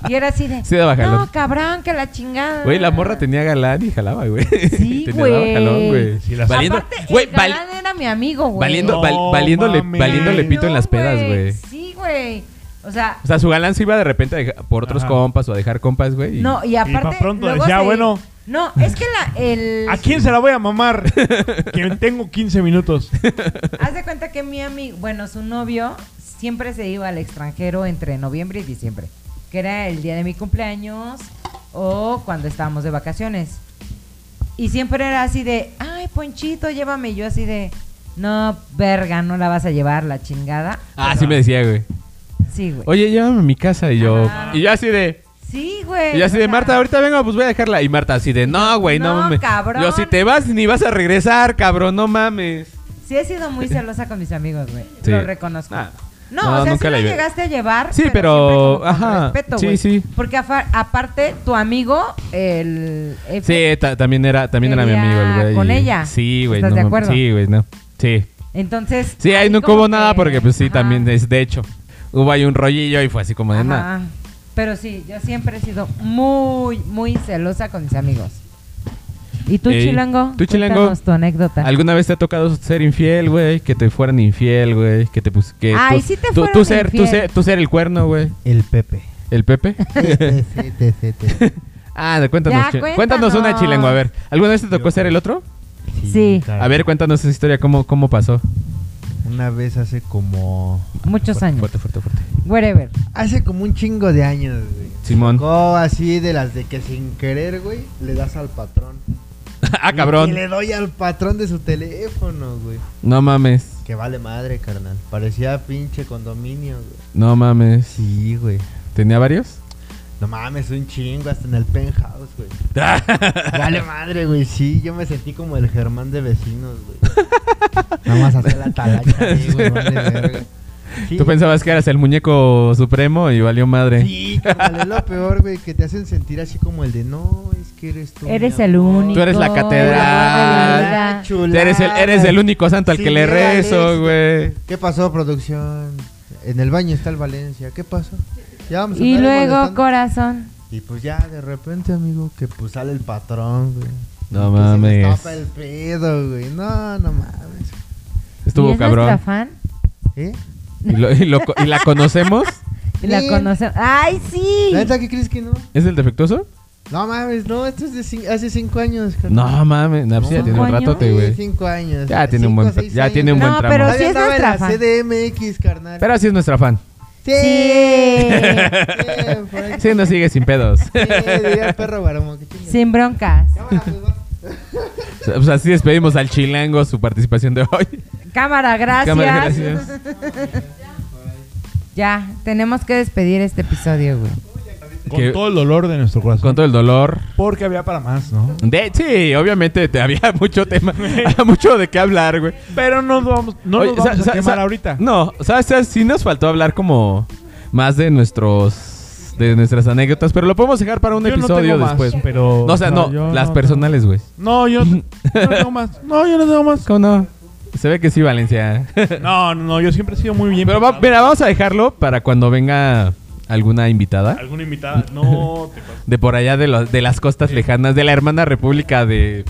Speaker 1: Y era así de.
Speaker 3: Sí daba jalón.
Speaker 1: No, cabrón, que la chingada.
Speaker 3: Güey, la morra tenía galán y jalaba, güey.
Speaker 1: Ah. Sí,
Speaker 3: Tenía- daba
Speaker 1: güey.
Speaker 3: jalón, güey.
Speaker 2: Sí, la-
Speaker 3: Valiendo-
Speaker 1: Aparte,
Speaker 3: güey,
Speaker 1: el
Speaker 3: val-
Speaker 1: galán era mi amigo, güey.
Speaker 3: valiendo,
Speaker 2: No
Speaker 3: val- valiéndole,
Speaker 2: mames.
Speaker 3: valiéndole
Speaker 2: Ay,
Speaker 3: pito en
Speaker 1: no,
Speaker 3: las pedas, güey.
Speaker 1: Sí, güey. O sea,
Speaker 3: O sea, su galán se iba de repente a deja- por otros
Speaker 2: Ajá.
Speaker 3: compas o a dejar compas, güey. y-
Speaker 1: no, y aparte.
Speaker 2: pa' pronto
Speaker 1: luego
Speaker 2: decía,
Speaker 1: se-
Speaker 2: bueno.
Speaker 1: No, es que la, el.
Speaker 2: ¿A quién se la voy a mamar? que tengo 15 minutos.
Speaker 1: Haz de cuenta que mi amigo. Bueno, su novio siempre se iba al extranjero entre noviembre y diciembre. Que era el día de mi cumpleaños o cuando estábamos de vacaciones. Y siempre era así de. Ay, Ponchito, llévame. Y yo así de. No, verga, no la vas a llevar, la chingada.
Speaker 3: Ah, sí me decía, güey.
Speaker 1: Sí, güey.
Speaker 3: Oye, llévame a mi casa. Y yo.
Speaker 1: Ajá.
Speaker 3: Y yo así de.
Speaker 1: Sí, güey.
Speaker 3: Y yo así
Speaker 1: o
Speaker 3: de
Speaker 1: sea,
Speaker 3: Marta, ahorita vengo, pues voy a dejarla. Y Marta así de, no, güey, no,
Speaker 1: No,
Speaker 3: mames.
Speaker 1: cabrón.
Speaker 3: Yo, si te vas, ni vas a regresar, cabrón, no mames.
Speaker 1: Sí, he sido muy celosa con mis amigos, güey.
Speaker 3: Sí.
Speaker 1: Lo reconozco.
Speaker 3: Ah.
Speaker 1: No,
Speaker 3: No,
Speaker 1: o sea,
Speaker 3: nunca
Speaker 1: sí
Speaker 3: la
Speaker 1: lo
Speaker 3: llevé.
Speaker 1: llegaste a llevar.
Speaker 3: Sí, pero,
Speaker 1: siempre como con
Speaker 3: ajá,
Speaker 1: respeto,
Speaker 3: sí,
Speaker 1: güey.
Speaker 3: sí.
Speaker 1: Porque afa- aparte, tu amigo, el. F-
Speaker 3: Sí, ta- también era, también era mi
Speaker 1: Quería
Speaker 3: amigo el güey.
Speaker 1: con
Speaker 3: y-
Speaker 1: ella.
Speaker 3: Sí, güey.
Speaker 1: ¿Estás
Speaker 3: no
Speaker 1: de
Speaker 3: mames.
Speaker 1: acuerdo?
Speaker 3: Sí, güey, no. Sí.
Speaker 1: Entonces.
Speaker 3: Sí, ahí no
Speaker 1: como
Speaker 3: hubo nada
Speaker 1: que-
Speaker 3: porque pues sí,
Speaker 1: ajá,
Speaker 3: también es de hecho. Hubo ahí un rollillo y fue así como de
Speaker 1: ajá.
Speaker 3: nada.
Speaker 1: Pero sí, yo siempre he sido muy, muy celosa con mis amigos. ¿Y tú,
Speaker 3: Ey,
Speaker 1: Chilango?
Speaker 3: tú, Chilango,
Speaker 1: Cuéntanos tu anécdota.
Speaker 3: ¿Alguna vez te ha tocado ser infiel, güey? Que te fueran infiel, güey. Que te pus que
Speaker 1: Ay,
Speaker 3: tú,
Speaker 1: sí te
Speaker 3: tú-
Speaker 1: fueron
Speaker 3: tú ser,
Speaker 1: infiel.
Speaker 3: Tú ser, tú ser el cuerno, güey.
Speaker 4: El Pepe.
Speaker 3: ¿El Pepe? ah, cuéntanos,
Speaker 1: Ya,
Speaker 3: chi- cuéntanos una
Speaker 1: cuéntanos.
Speaker 3: chilengo, a ver. ¿Alguna vez te tocó ser el otro?
Speaker 1: Sí.
Speaker 4: caray.
Speaker 3: A ver, cuéntanos esa historia, cómo, cómo pasó.
Speaker 4: Una vez hace como.
Speaker 1: Muchos
Speaker 3: Fuerte,
Speaker 1: años.
Speaker 3: Fuerte, fuerte, fuerte.
Speaker 1: Wherever.
Speaker 4: Hace como un chingo de años, güey.
Speaker 3: Simón.
Speaker 4: Tocó así de las de que sin querer, güey, le das al patrón.
Speaker 3: ah,
Speaker 4: Y le
Speaker 3: cabrón.
Speaker 4: doy al patrón de su teléfono, güey.
Speaker 3: No mames.
Speaker 4: Que vale madre, carnal. Parecía pinche condominio, güey.
Speaker 3: No mames.
Speaker 4: Sí, güey.
Speaker 3: ¿Tenía varios?
Speaker 4: No mames, un chingo, hasta en el penthouse, güey. Vale madre, güey. Sí, yo me sentí como el Germán de vecinos, güey. Nada más hacer la talacha, ahí, güey, vale verga. Sí,
Speaker 3: Tú pensabas que eras el muñeco supremo y valió madre.
Speaker 4: Sí, carnal, es lo peor, güey, que te hacen sentir así como el de no, es que eres tú. mi
Speaker 1: Eres el
Speaker 4: amor".
Speaker 1: único.
Speaker 3: Tú eres la catedral.
Speaker 1: la vida.
Speaker 4: Chulada.
Speaker 3: Eres el, eres el único santo al
Speaker 4: Sí,
Speaker 3: que le
Speaker 4: era
Speaker 3: rezo,
Speaker 4: Alexis.
Speaker 3: güey.
Speaker 4: ¿Qué pasó, producción? En el baño está el Valencia. ¿Qué pasó? Ya vamos a
Speaker 1: Y
Speaker 4: andar
Speaker 1: luego,
Speaker 4: molestando.
Speaker 1: corazón.
Speaker 4: Y pues ya de repente, amigo, que pues sale el patrón, güey.
Speaker 3: No
Speaker 4: Que se me
Speaker 3: mames.
Speaker 4: tapa el pedo, güey. No, no mames.
Speaker 1: ¿Y
Speaker 3: Estuvo
Speaker 1: es
Speaker 3: cabrón.
Speaker 1: nuestra fan?
Speaker 4: ¿Eh?
Speaker 3: ¿Y, lo- y lo co- y la conocemos?
Speaker 1: Y la
Speaker 4: Sí.
Speaker 1: conocemos. ¡Ay, sí!
Speaker 4: ¿La neta qué crees que no?
Speaker 3: ¿Es el defectuoso?
Speaker 4: No mames, no, esto es de cin- hace cinco años. carnal.
Speaker 3: No mames. No, pues ya
Speaker 4: No.
Speaker 3: tiene un
Speaker 1: Coño.
Speaker 3: ratote,
Speaker 4: Sí,
Speaker 3: güey.
Speaker 4: cinco años.
Speaker 3: Ya tiene un
Speaker 4: Cinco,
Speaker 3: buen-
Speaker 4: seis
Speaker 3: ya
Speaker 4: años.
Speaker 3: tiene un buen
Speaker 1: No,
Speaker 3: tramo.
Speaker 1: pero
Speaker 4: Todavía
Speaker 1: sí es
Speaker 4: estaba en
Speaker 1: nuestra
Speaker 4: la
Speaker 1: fan.
Speaker 4: CDMX, carnal.
Speaker 3: Pero así es nuestra fan.
Speaker 1: Sí.
Speaker 4: Bien, por ahí.
Speaker 3: Sí, nos sigue sin pedos.
Speaker 4: eh. Sí, diría el perro Guaromo, que chingue.
Speaker 1: Sin broncas.
Speaker 4: Cámara, pues, va.
Speaker 3: Pues así despedimos al chilango su participación de hoy.
Speaker 1: Cámara, gracias.
Speaker 3: Cámara, gracias.
Speaker 1: Ya, tenemos que despedir este episodio, güey.
Speaker 2: Con
Speaker 3: Que-
Speaker 2: todo el dolor de nuestro corazón.
Speaker 3: Con todo el dolor.
Speaker 2: Porque había para más, ¿no?
Speaker 3: De, sí, obviamente te, había mucho tema, mucho de qué hablar, güey.
Speaker 2: Pero no, nos vamos, no
Speaker 3: Oye,
Speaker 2: nos vamos
Speaker 3: sa-
Speaker 2: a
Speaker 3: sa-
Speaker 2: quemar
Speaker 3: sa-
Speaker 2: ahorita.
Speaker 3: No, ¿sabes? ¿sabes? Sí nos faltó hablar como más de nuestros de nuestras anécdotas, pero lo podemos dejar para un
Speaker 2: Yo no
Speaker 3: episodio
Speaker 2: tengo más,
Speaker 3: después.
Speaker 2: pero-
Speaker 3: no, o sea, no,
Speaker 2: yo
Speaker 3: las
Speaker 2: no
Speaker 3: personales, güey.
Speaker 2: tengo- No, yo no yo no tengo más. No, yo no tengo más.
Speaker 3: ¿Cómo no? Se ve que sí, Valencia.
Speaker 2: No, no, no, yo siempre he sido muy bien.
Speaker 3: pero va- mira, vamos a dejarlo para cuando venga alguna invitada
Speaker 2: ¿Alguna invitada? No, te pases.
Speaker 3: de por allá de, lo- de las costas lejanas, de la hermana república de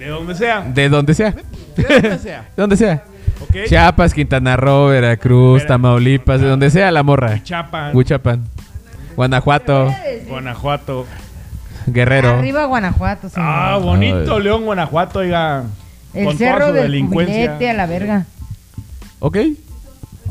Speaker 2: De donde sea.
Speaker 3: de donde sea.
Speaker 2: De donde sea.
Speaker 3: donde sea.
Speaker 2: ¿Ok?
Speaker 3: Chiapas, Quintana Roo, Veracruz,
Speaker 2: Veracruz,
Speaker 3: Tamaulipas, de donde sea la morra.
Speaker 2: Chiapas,
Speaker 3: Huichapan, Guanajuato.
Speaker 2: Guanajuato.
Speaker 3: Guerrero.
Speaker 1: Arriba Guanajuato, señor.
Speaker 2: Ah, bonito
Speaker 3: Ay.
Speaker 2: León, Guanajuato, oiga.
Speaker 1: El
Speaker 2: con
Speaker 1: cerro
Speaker 2: toda su
Speaker 1: del jubilete a la verga.
Speaker 3: Ok.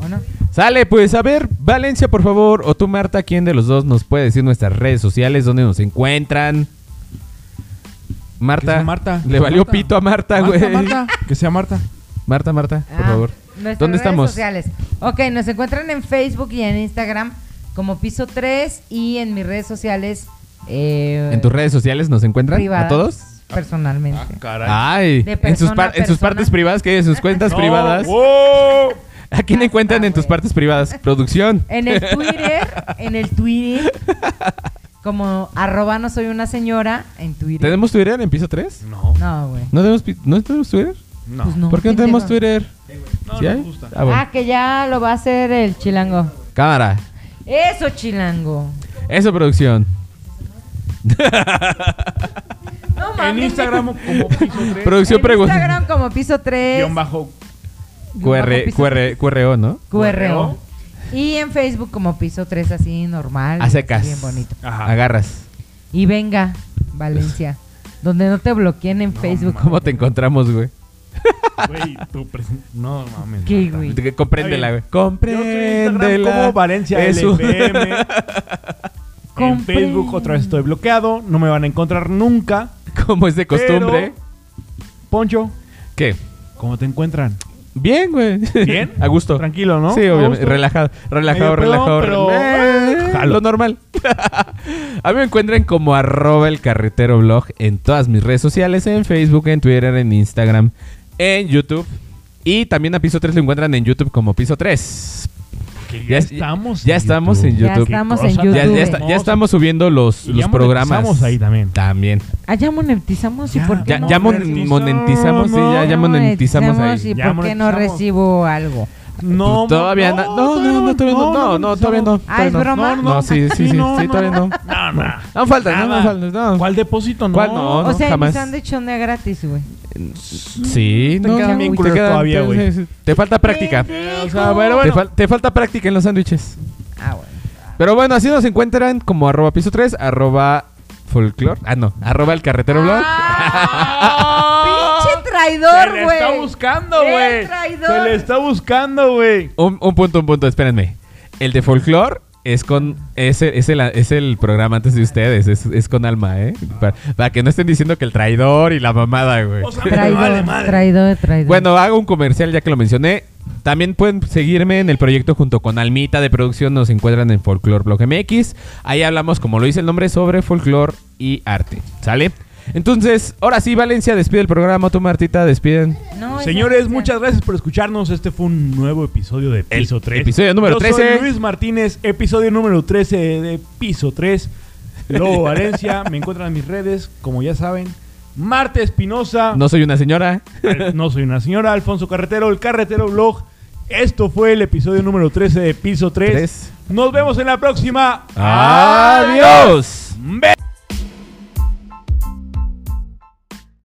Speaker 1: ¿O no?
Speaker 3: Sale, pues a ver, Valencia, por favor, o tú, Marta, ¿quién de los dos nos puede decir nuestras redes sociales, dónde nos encuentran?
Speaker 2: Que
Speaker 3: Marta,
Speaker 2: sea Marta.
Speaker 3: le valió
Speaker 2: Marta.
Speaker 3: pito a Marta,
Speaker 2: Marta,
Speaker 3: güey.
Speaker 2: Marta, que sea Marta.
Speaker 3: Marta, Marta, por
Speaker 1: Ah,
Speaker 3: favor.
Speaker 1: nuestras
Speaker 3: ¿Dónde
Speaker 1: redes
Speaker 3: estamos?
Speaker 1: sociales. Ok, nos encuentran en Facebook y en Instagram como Piso 3 y en mis redes sociales. eh,
Speaker 3: ¿En tus redes sociales nos encuentran?
Speaker 1: privadas,
Speaker 3: ¿A todos?
Speaker 1: Personalmente.
Speaker 2: caray.
Speaker 3: Ay,
Speaker 1: De
Speaker 3: en sus,
Speaker 1: persona
Speaker 3: par-
Speaker 1: a
Speaker 3: en sus
Speaker 1: persona.
Speaker 3: partes privadas, ¿qué? En sus cuentas
Speaker 2: No,
Speaker 3: privadas.
Speaker 2: wow.
Speaker 3: ¿A quién encuentran en tus
Speaker 1: güey.
Speaker 3: partes privadas? Producción.
Speaker 1: En el Twitter, en el Twitter, como arroba no soy una señora, en Twitter.
Speaker 3: ¿Tenemos Twitter en piso 3?
Speaker 2: No,
Speaker 1: No, güey.
Speaker 3: ¿No tenemos, pi- ¿no tenemos Twitter?
Speaker 2: no.
Speaker 1: Pues no.
Speaker 3: ¿Por qué no tenemos
Speaker 1: pendejo.
Speaker 3: Twitter?
Speaker 2: No,
Speaker 3: ¿Sí
Speaker 2: no
Speaker 3: hay?
Speaker 2: me gusta.
Speaker 3: Ah, bueno.
Speaker 1: Ah, que ya lo va a hacer el chilango.
Speaker 3: Cámara.
Speaker 1: Eso, chilango.
Speaker 3: Eso, producción.
Speaker 1: No
Speaker 2: En
Speaker 1: mames.
Speaker 2: Instagram como piso 3.
Speaker 3: producción
Speaker 1: En
Speaker 3: pregunta.
Speaker 1: Instagram como piso 3.
Speaker 2: Guión bajo.
Speaker 3: QR, QR, QRO, ¿no?
Speaker 1: QRO. Y en Facebook como piso 3 así normal.
Speaker 3: A secas.
Speaker 1: así Bien bonito.
Speaker 2: Ajá.
Speaker 3: Agarras.
Speaker 1: Y venga, Valencia. Donde no te bloqueen en Facebook.
Speaker 3: ¿Cómo te encontramos, güey?
Speaker 2: Güey, tu presen- No mames.
Speaker 1: ¿Qué,
Speaker 2: Marta.
Speaker 1: güey?
Speaker 3: Que- Compréndela, güey.
Speaker 2: Está Yo estoy en Instagram
Speaker 3: Compréndela.
Speaker 2: como Valencia
Speaker 3: Es un-
Speaker 2: LPM. en
Speaker 1: Compré.
Speaker 2: Facebook otra vez estoy bloqueado. No me van a encontrar nunca.
Speaker 3: como es de costumbre.
Speaker 2: Poncho,
Speaker 3: ¿Qué?
Speaker 2: ¿cómo te encuentran?
Speaker 3: Bien, güey.
Speaker 2: ¿Bien?
Speaker 3: A gusto.
Speaker 2: Tranquilo, ¿no?
Speaker 3: Sí,
Speaker 2: A
Speaker 3: obviamente.
Speaker 2: gusto.
Speaker 3: Relajado, relajado,
Speaker 2: Medio
Speaker 3: relajado.
Speaker 2: pelón, pero-
Speaker 3: Eh,
Speaker 2: Jalo.
Speaker 3: Lo normal. a mí me encuentran como arroba el carretero blog en todas mis redes sociales, en Facebook, en Twitter, en Instagram, en YouTube. Y también a Piso 3 lo encuentran en YouTube como Piso 3.
Speaker 2: Que
Speaker 3: Ya- ya estamos en
Speaker 1: Ya
Speaker 3: YouTube.
Speaker 1: estamos
Speaker 2: Qué
Speaker 1: en
Speaker 2: cosa
Speaker 1: YouTube.
Speaker 3: Ya, ya está- ya estamos subiendo los,
Speaker 2: Y ya
Speaker 3: los programas.
Speaker 2: monetizamos ahí también.
Speaker 3: También.
Speaker 1: Ah, ya monetizamos y
Speaker 2: Ya,
Speaker 1: por qué
Speaker 3: Ya,
Speaker 1: no.
Speaker 3: ya mon-
Speaker 2: monetizamos.
Speaker 3: monetizamos, sí, Ah, ya, ya monetizamos
Speaker 1: ¿Y
Speaker 3: ahí.
Speaker 2: Ya
Speaker 1: por qué no
Speaker 2: monetizamos.
Speaker 1: recibo algo?
Speaker 2: No,
Speaker 3: Pues todavía no, no, no, no, todavía no, no, no, todavía no.
Speaker 1: Ah, ¿es
Speaker 3: todavía no.
Speaker 1: broma?
Speaker 3: No, no, sí, sí, sí,
Speaker 2: No,
Speaker 3: sí,
Speaker 2: no,
Speaker 3: todavía no.
Speaker 2: No, no.
Speaker 3: No falta, no,
Speaker 2: Nada.
Speaker 3: no falta, no.
Speaker 2: ¿Cuál depósito no?
Speaker 3: ¿Cuál no?
Speaker 1: o sea, mi
Speaker 3: jamás.
Speaker 1: sándwich no es gratis, güey.
Speaker 3: Sí,
Speaker 2: Te
Speaker 3: no,
Speaker 2: quedan
Speaker 3: no,
Speaker 2: bien
Speaker 3: te
Speaker 2: culeros
Speaker 3: quedan-
Speaker 2: todavía,
Speaker 3: te-
Speaker 2: güey.
Speaker 3: sí, sí. Te falta práctica.
Speaker 2: O sea, bueno,
Speaker 3: Te,
Speaker 2: bueno.
Speaker 3: fal- te falta práctica en los sándwiches.
Speaker 1: Ah, bueno.
Speaker 3: Pero bueno, así nos encuentran como arroba piso 3, arroba folclore. Ah, no, arroba el carretero blog.
Speaker 1: Ah. ¡Pinche
Speaker 2: Se
Speaker 1: traidor,
Speaker 2: le
Speaker 1: güey!
Speaker 2: está buscando,
Speaker 1: ¡Qué
Speaker 2: güey.
Speaker 1: traidor!
Speaker 2: Se le está buscando, güey.
Speaker 3: Un, un punto, un punto, espérenme. El de folclore es con es, el- es el, es el programa antes de ustedes, es, es con alma, ¿eh? Para, para que no estén diciendo que el traidor y la mamada, güey.
Speaker 2: O sea, me vale
Speaker 1: Traidor,
Speaker 2: madre.
Speaker 1: traidor, traidor.
Speaker 3: Bueno, hago un comercial ya que lo mencioné. También pueden seguirme en el proyecto junto con Almita de producción. Nos encuentran en Folklore Blog MX. Ahí hablamos, como lo dice el nombre, sobre folclore y arte. ¿Sale? Entonces, ahora sí, Valencia, despide el programa. Tú, Martita, despiden.
Speaker 1: No, esa
Speaker 2: Señores,
Speaker 1: no sea.
Speaker 2: muchas gracias por escucharnos. Este fue un nuevo episodio de
Speaker 3: El
Speaker 2: Piso 3.
Speaker 3: episodio número
Speaker 2: Yo soy
Speaker 3: 13.
Speaker 2: Luis Martínez, episodio número 13 de Piso 3. Lobo Valencia, me encuentran en mis redes, como ya saben. Marta Espinosa,
Speaker 3: No soy una señora.
Speaker 2: Al- no soy una señora, Alfonso Carretero, el Carretero Blog. Esto fue el episodio número 13 de Piso 3.
Speaker 3: Tres.
Speaker 2: Nos vemos en la próxima.
Speaker 3: ¡Adiós!
Speaker 2: Ve-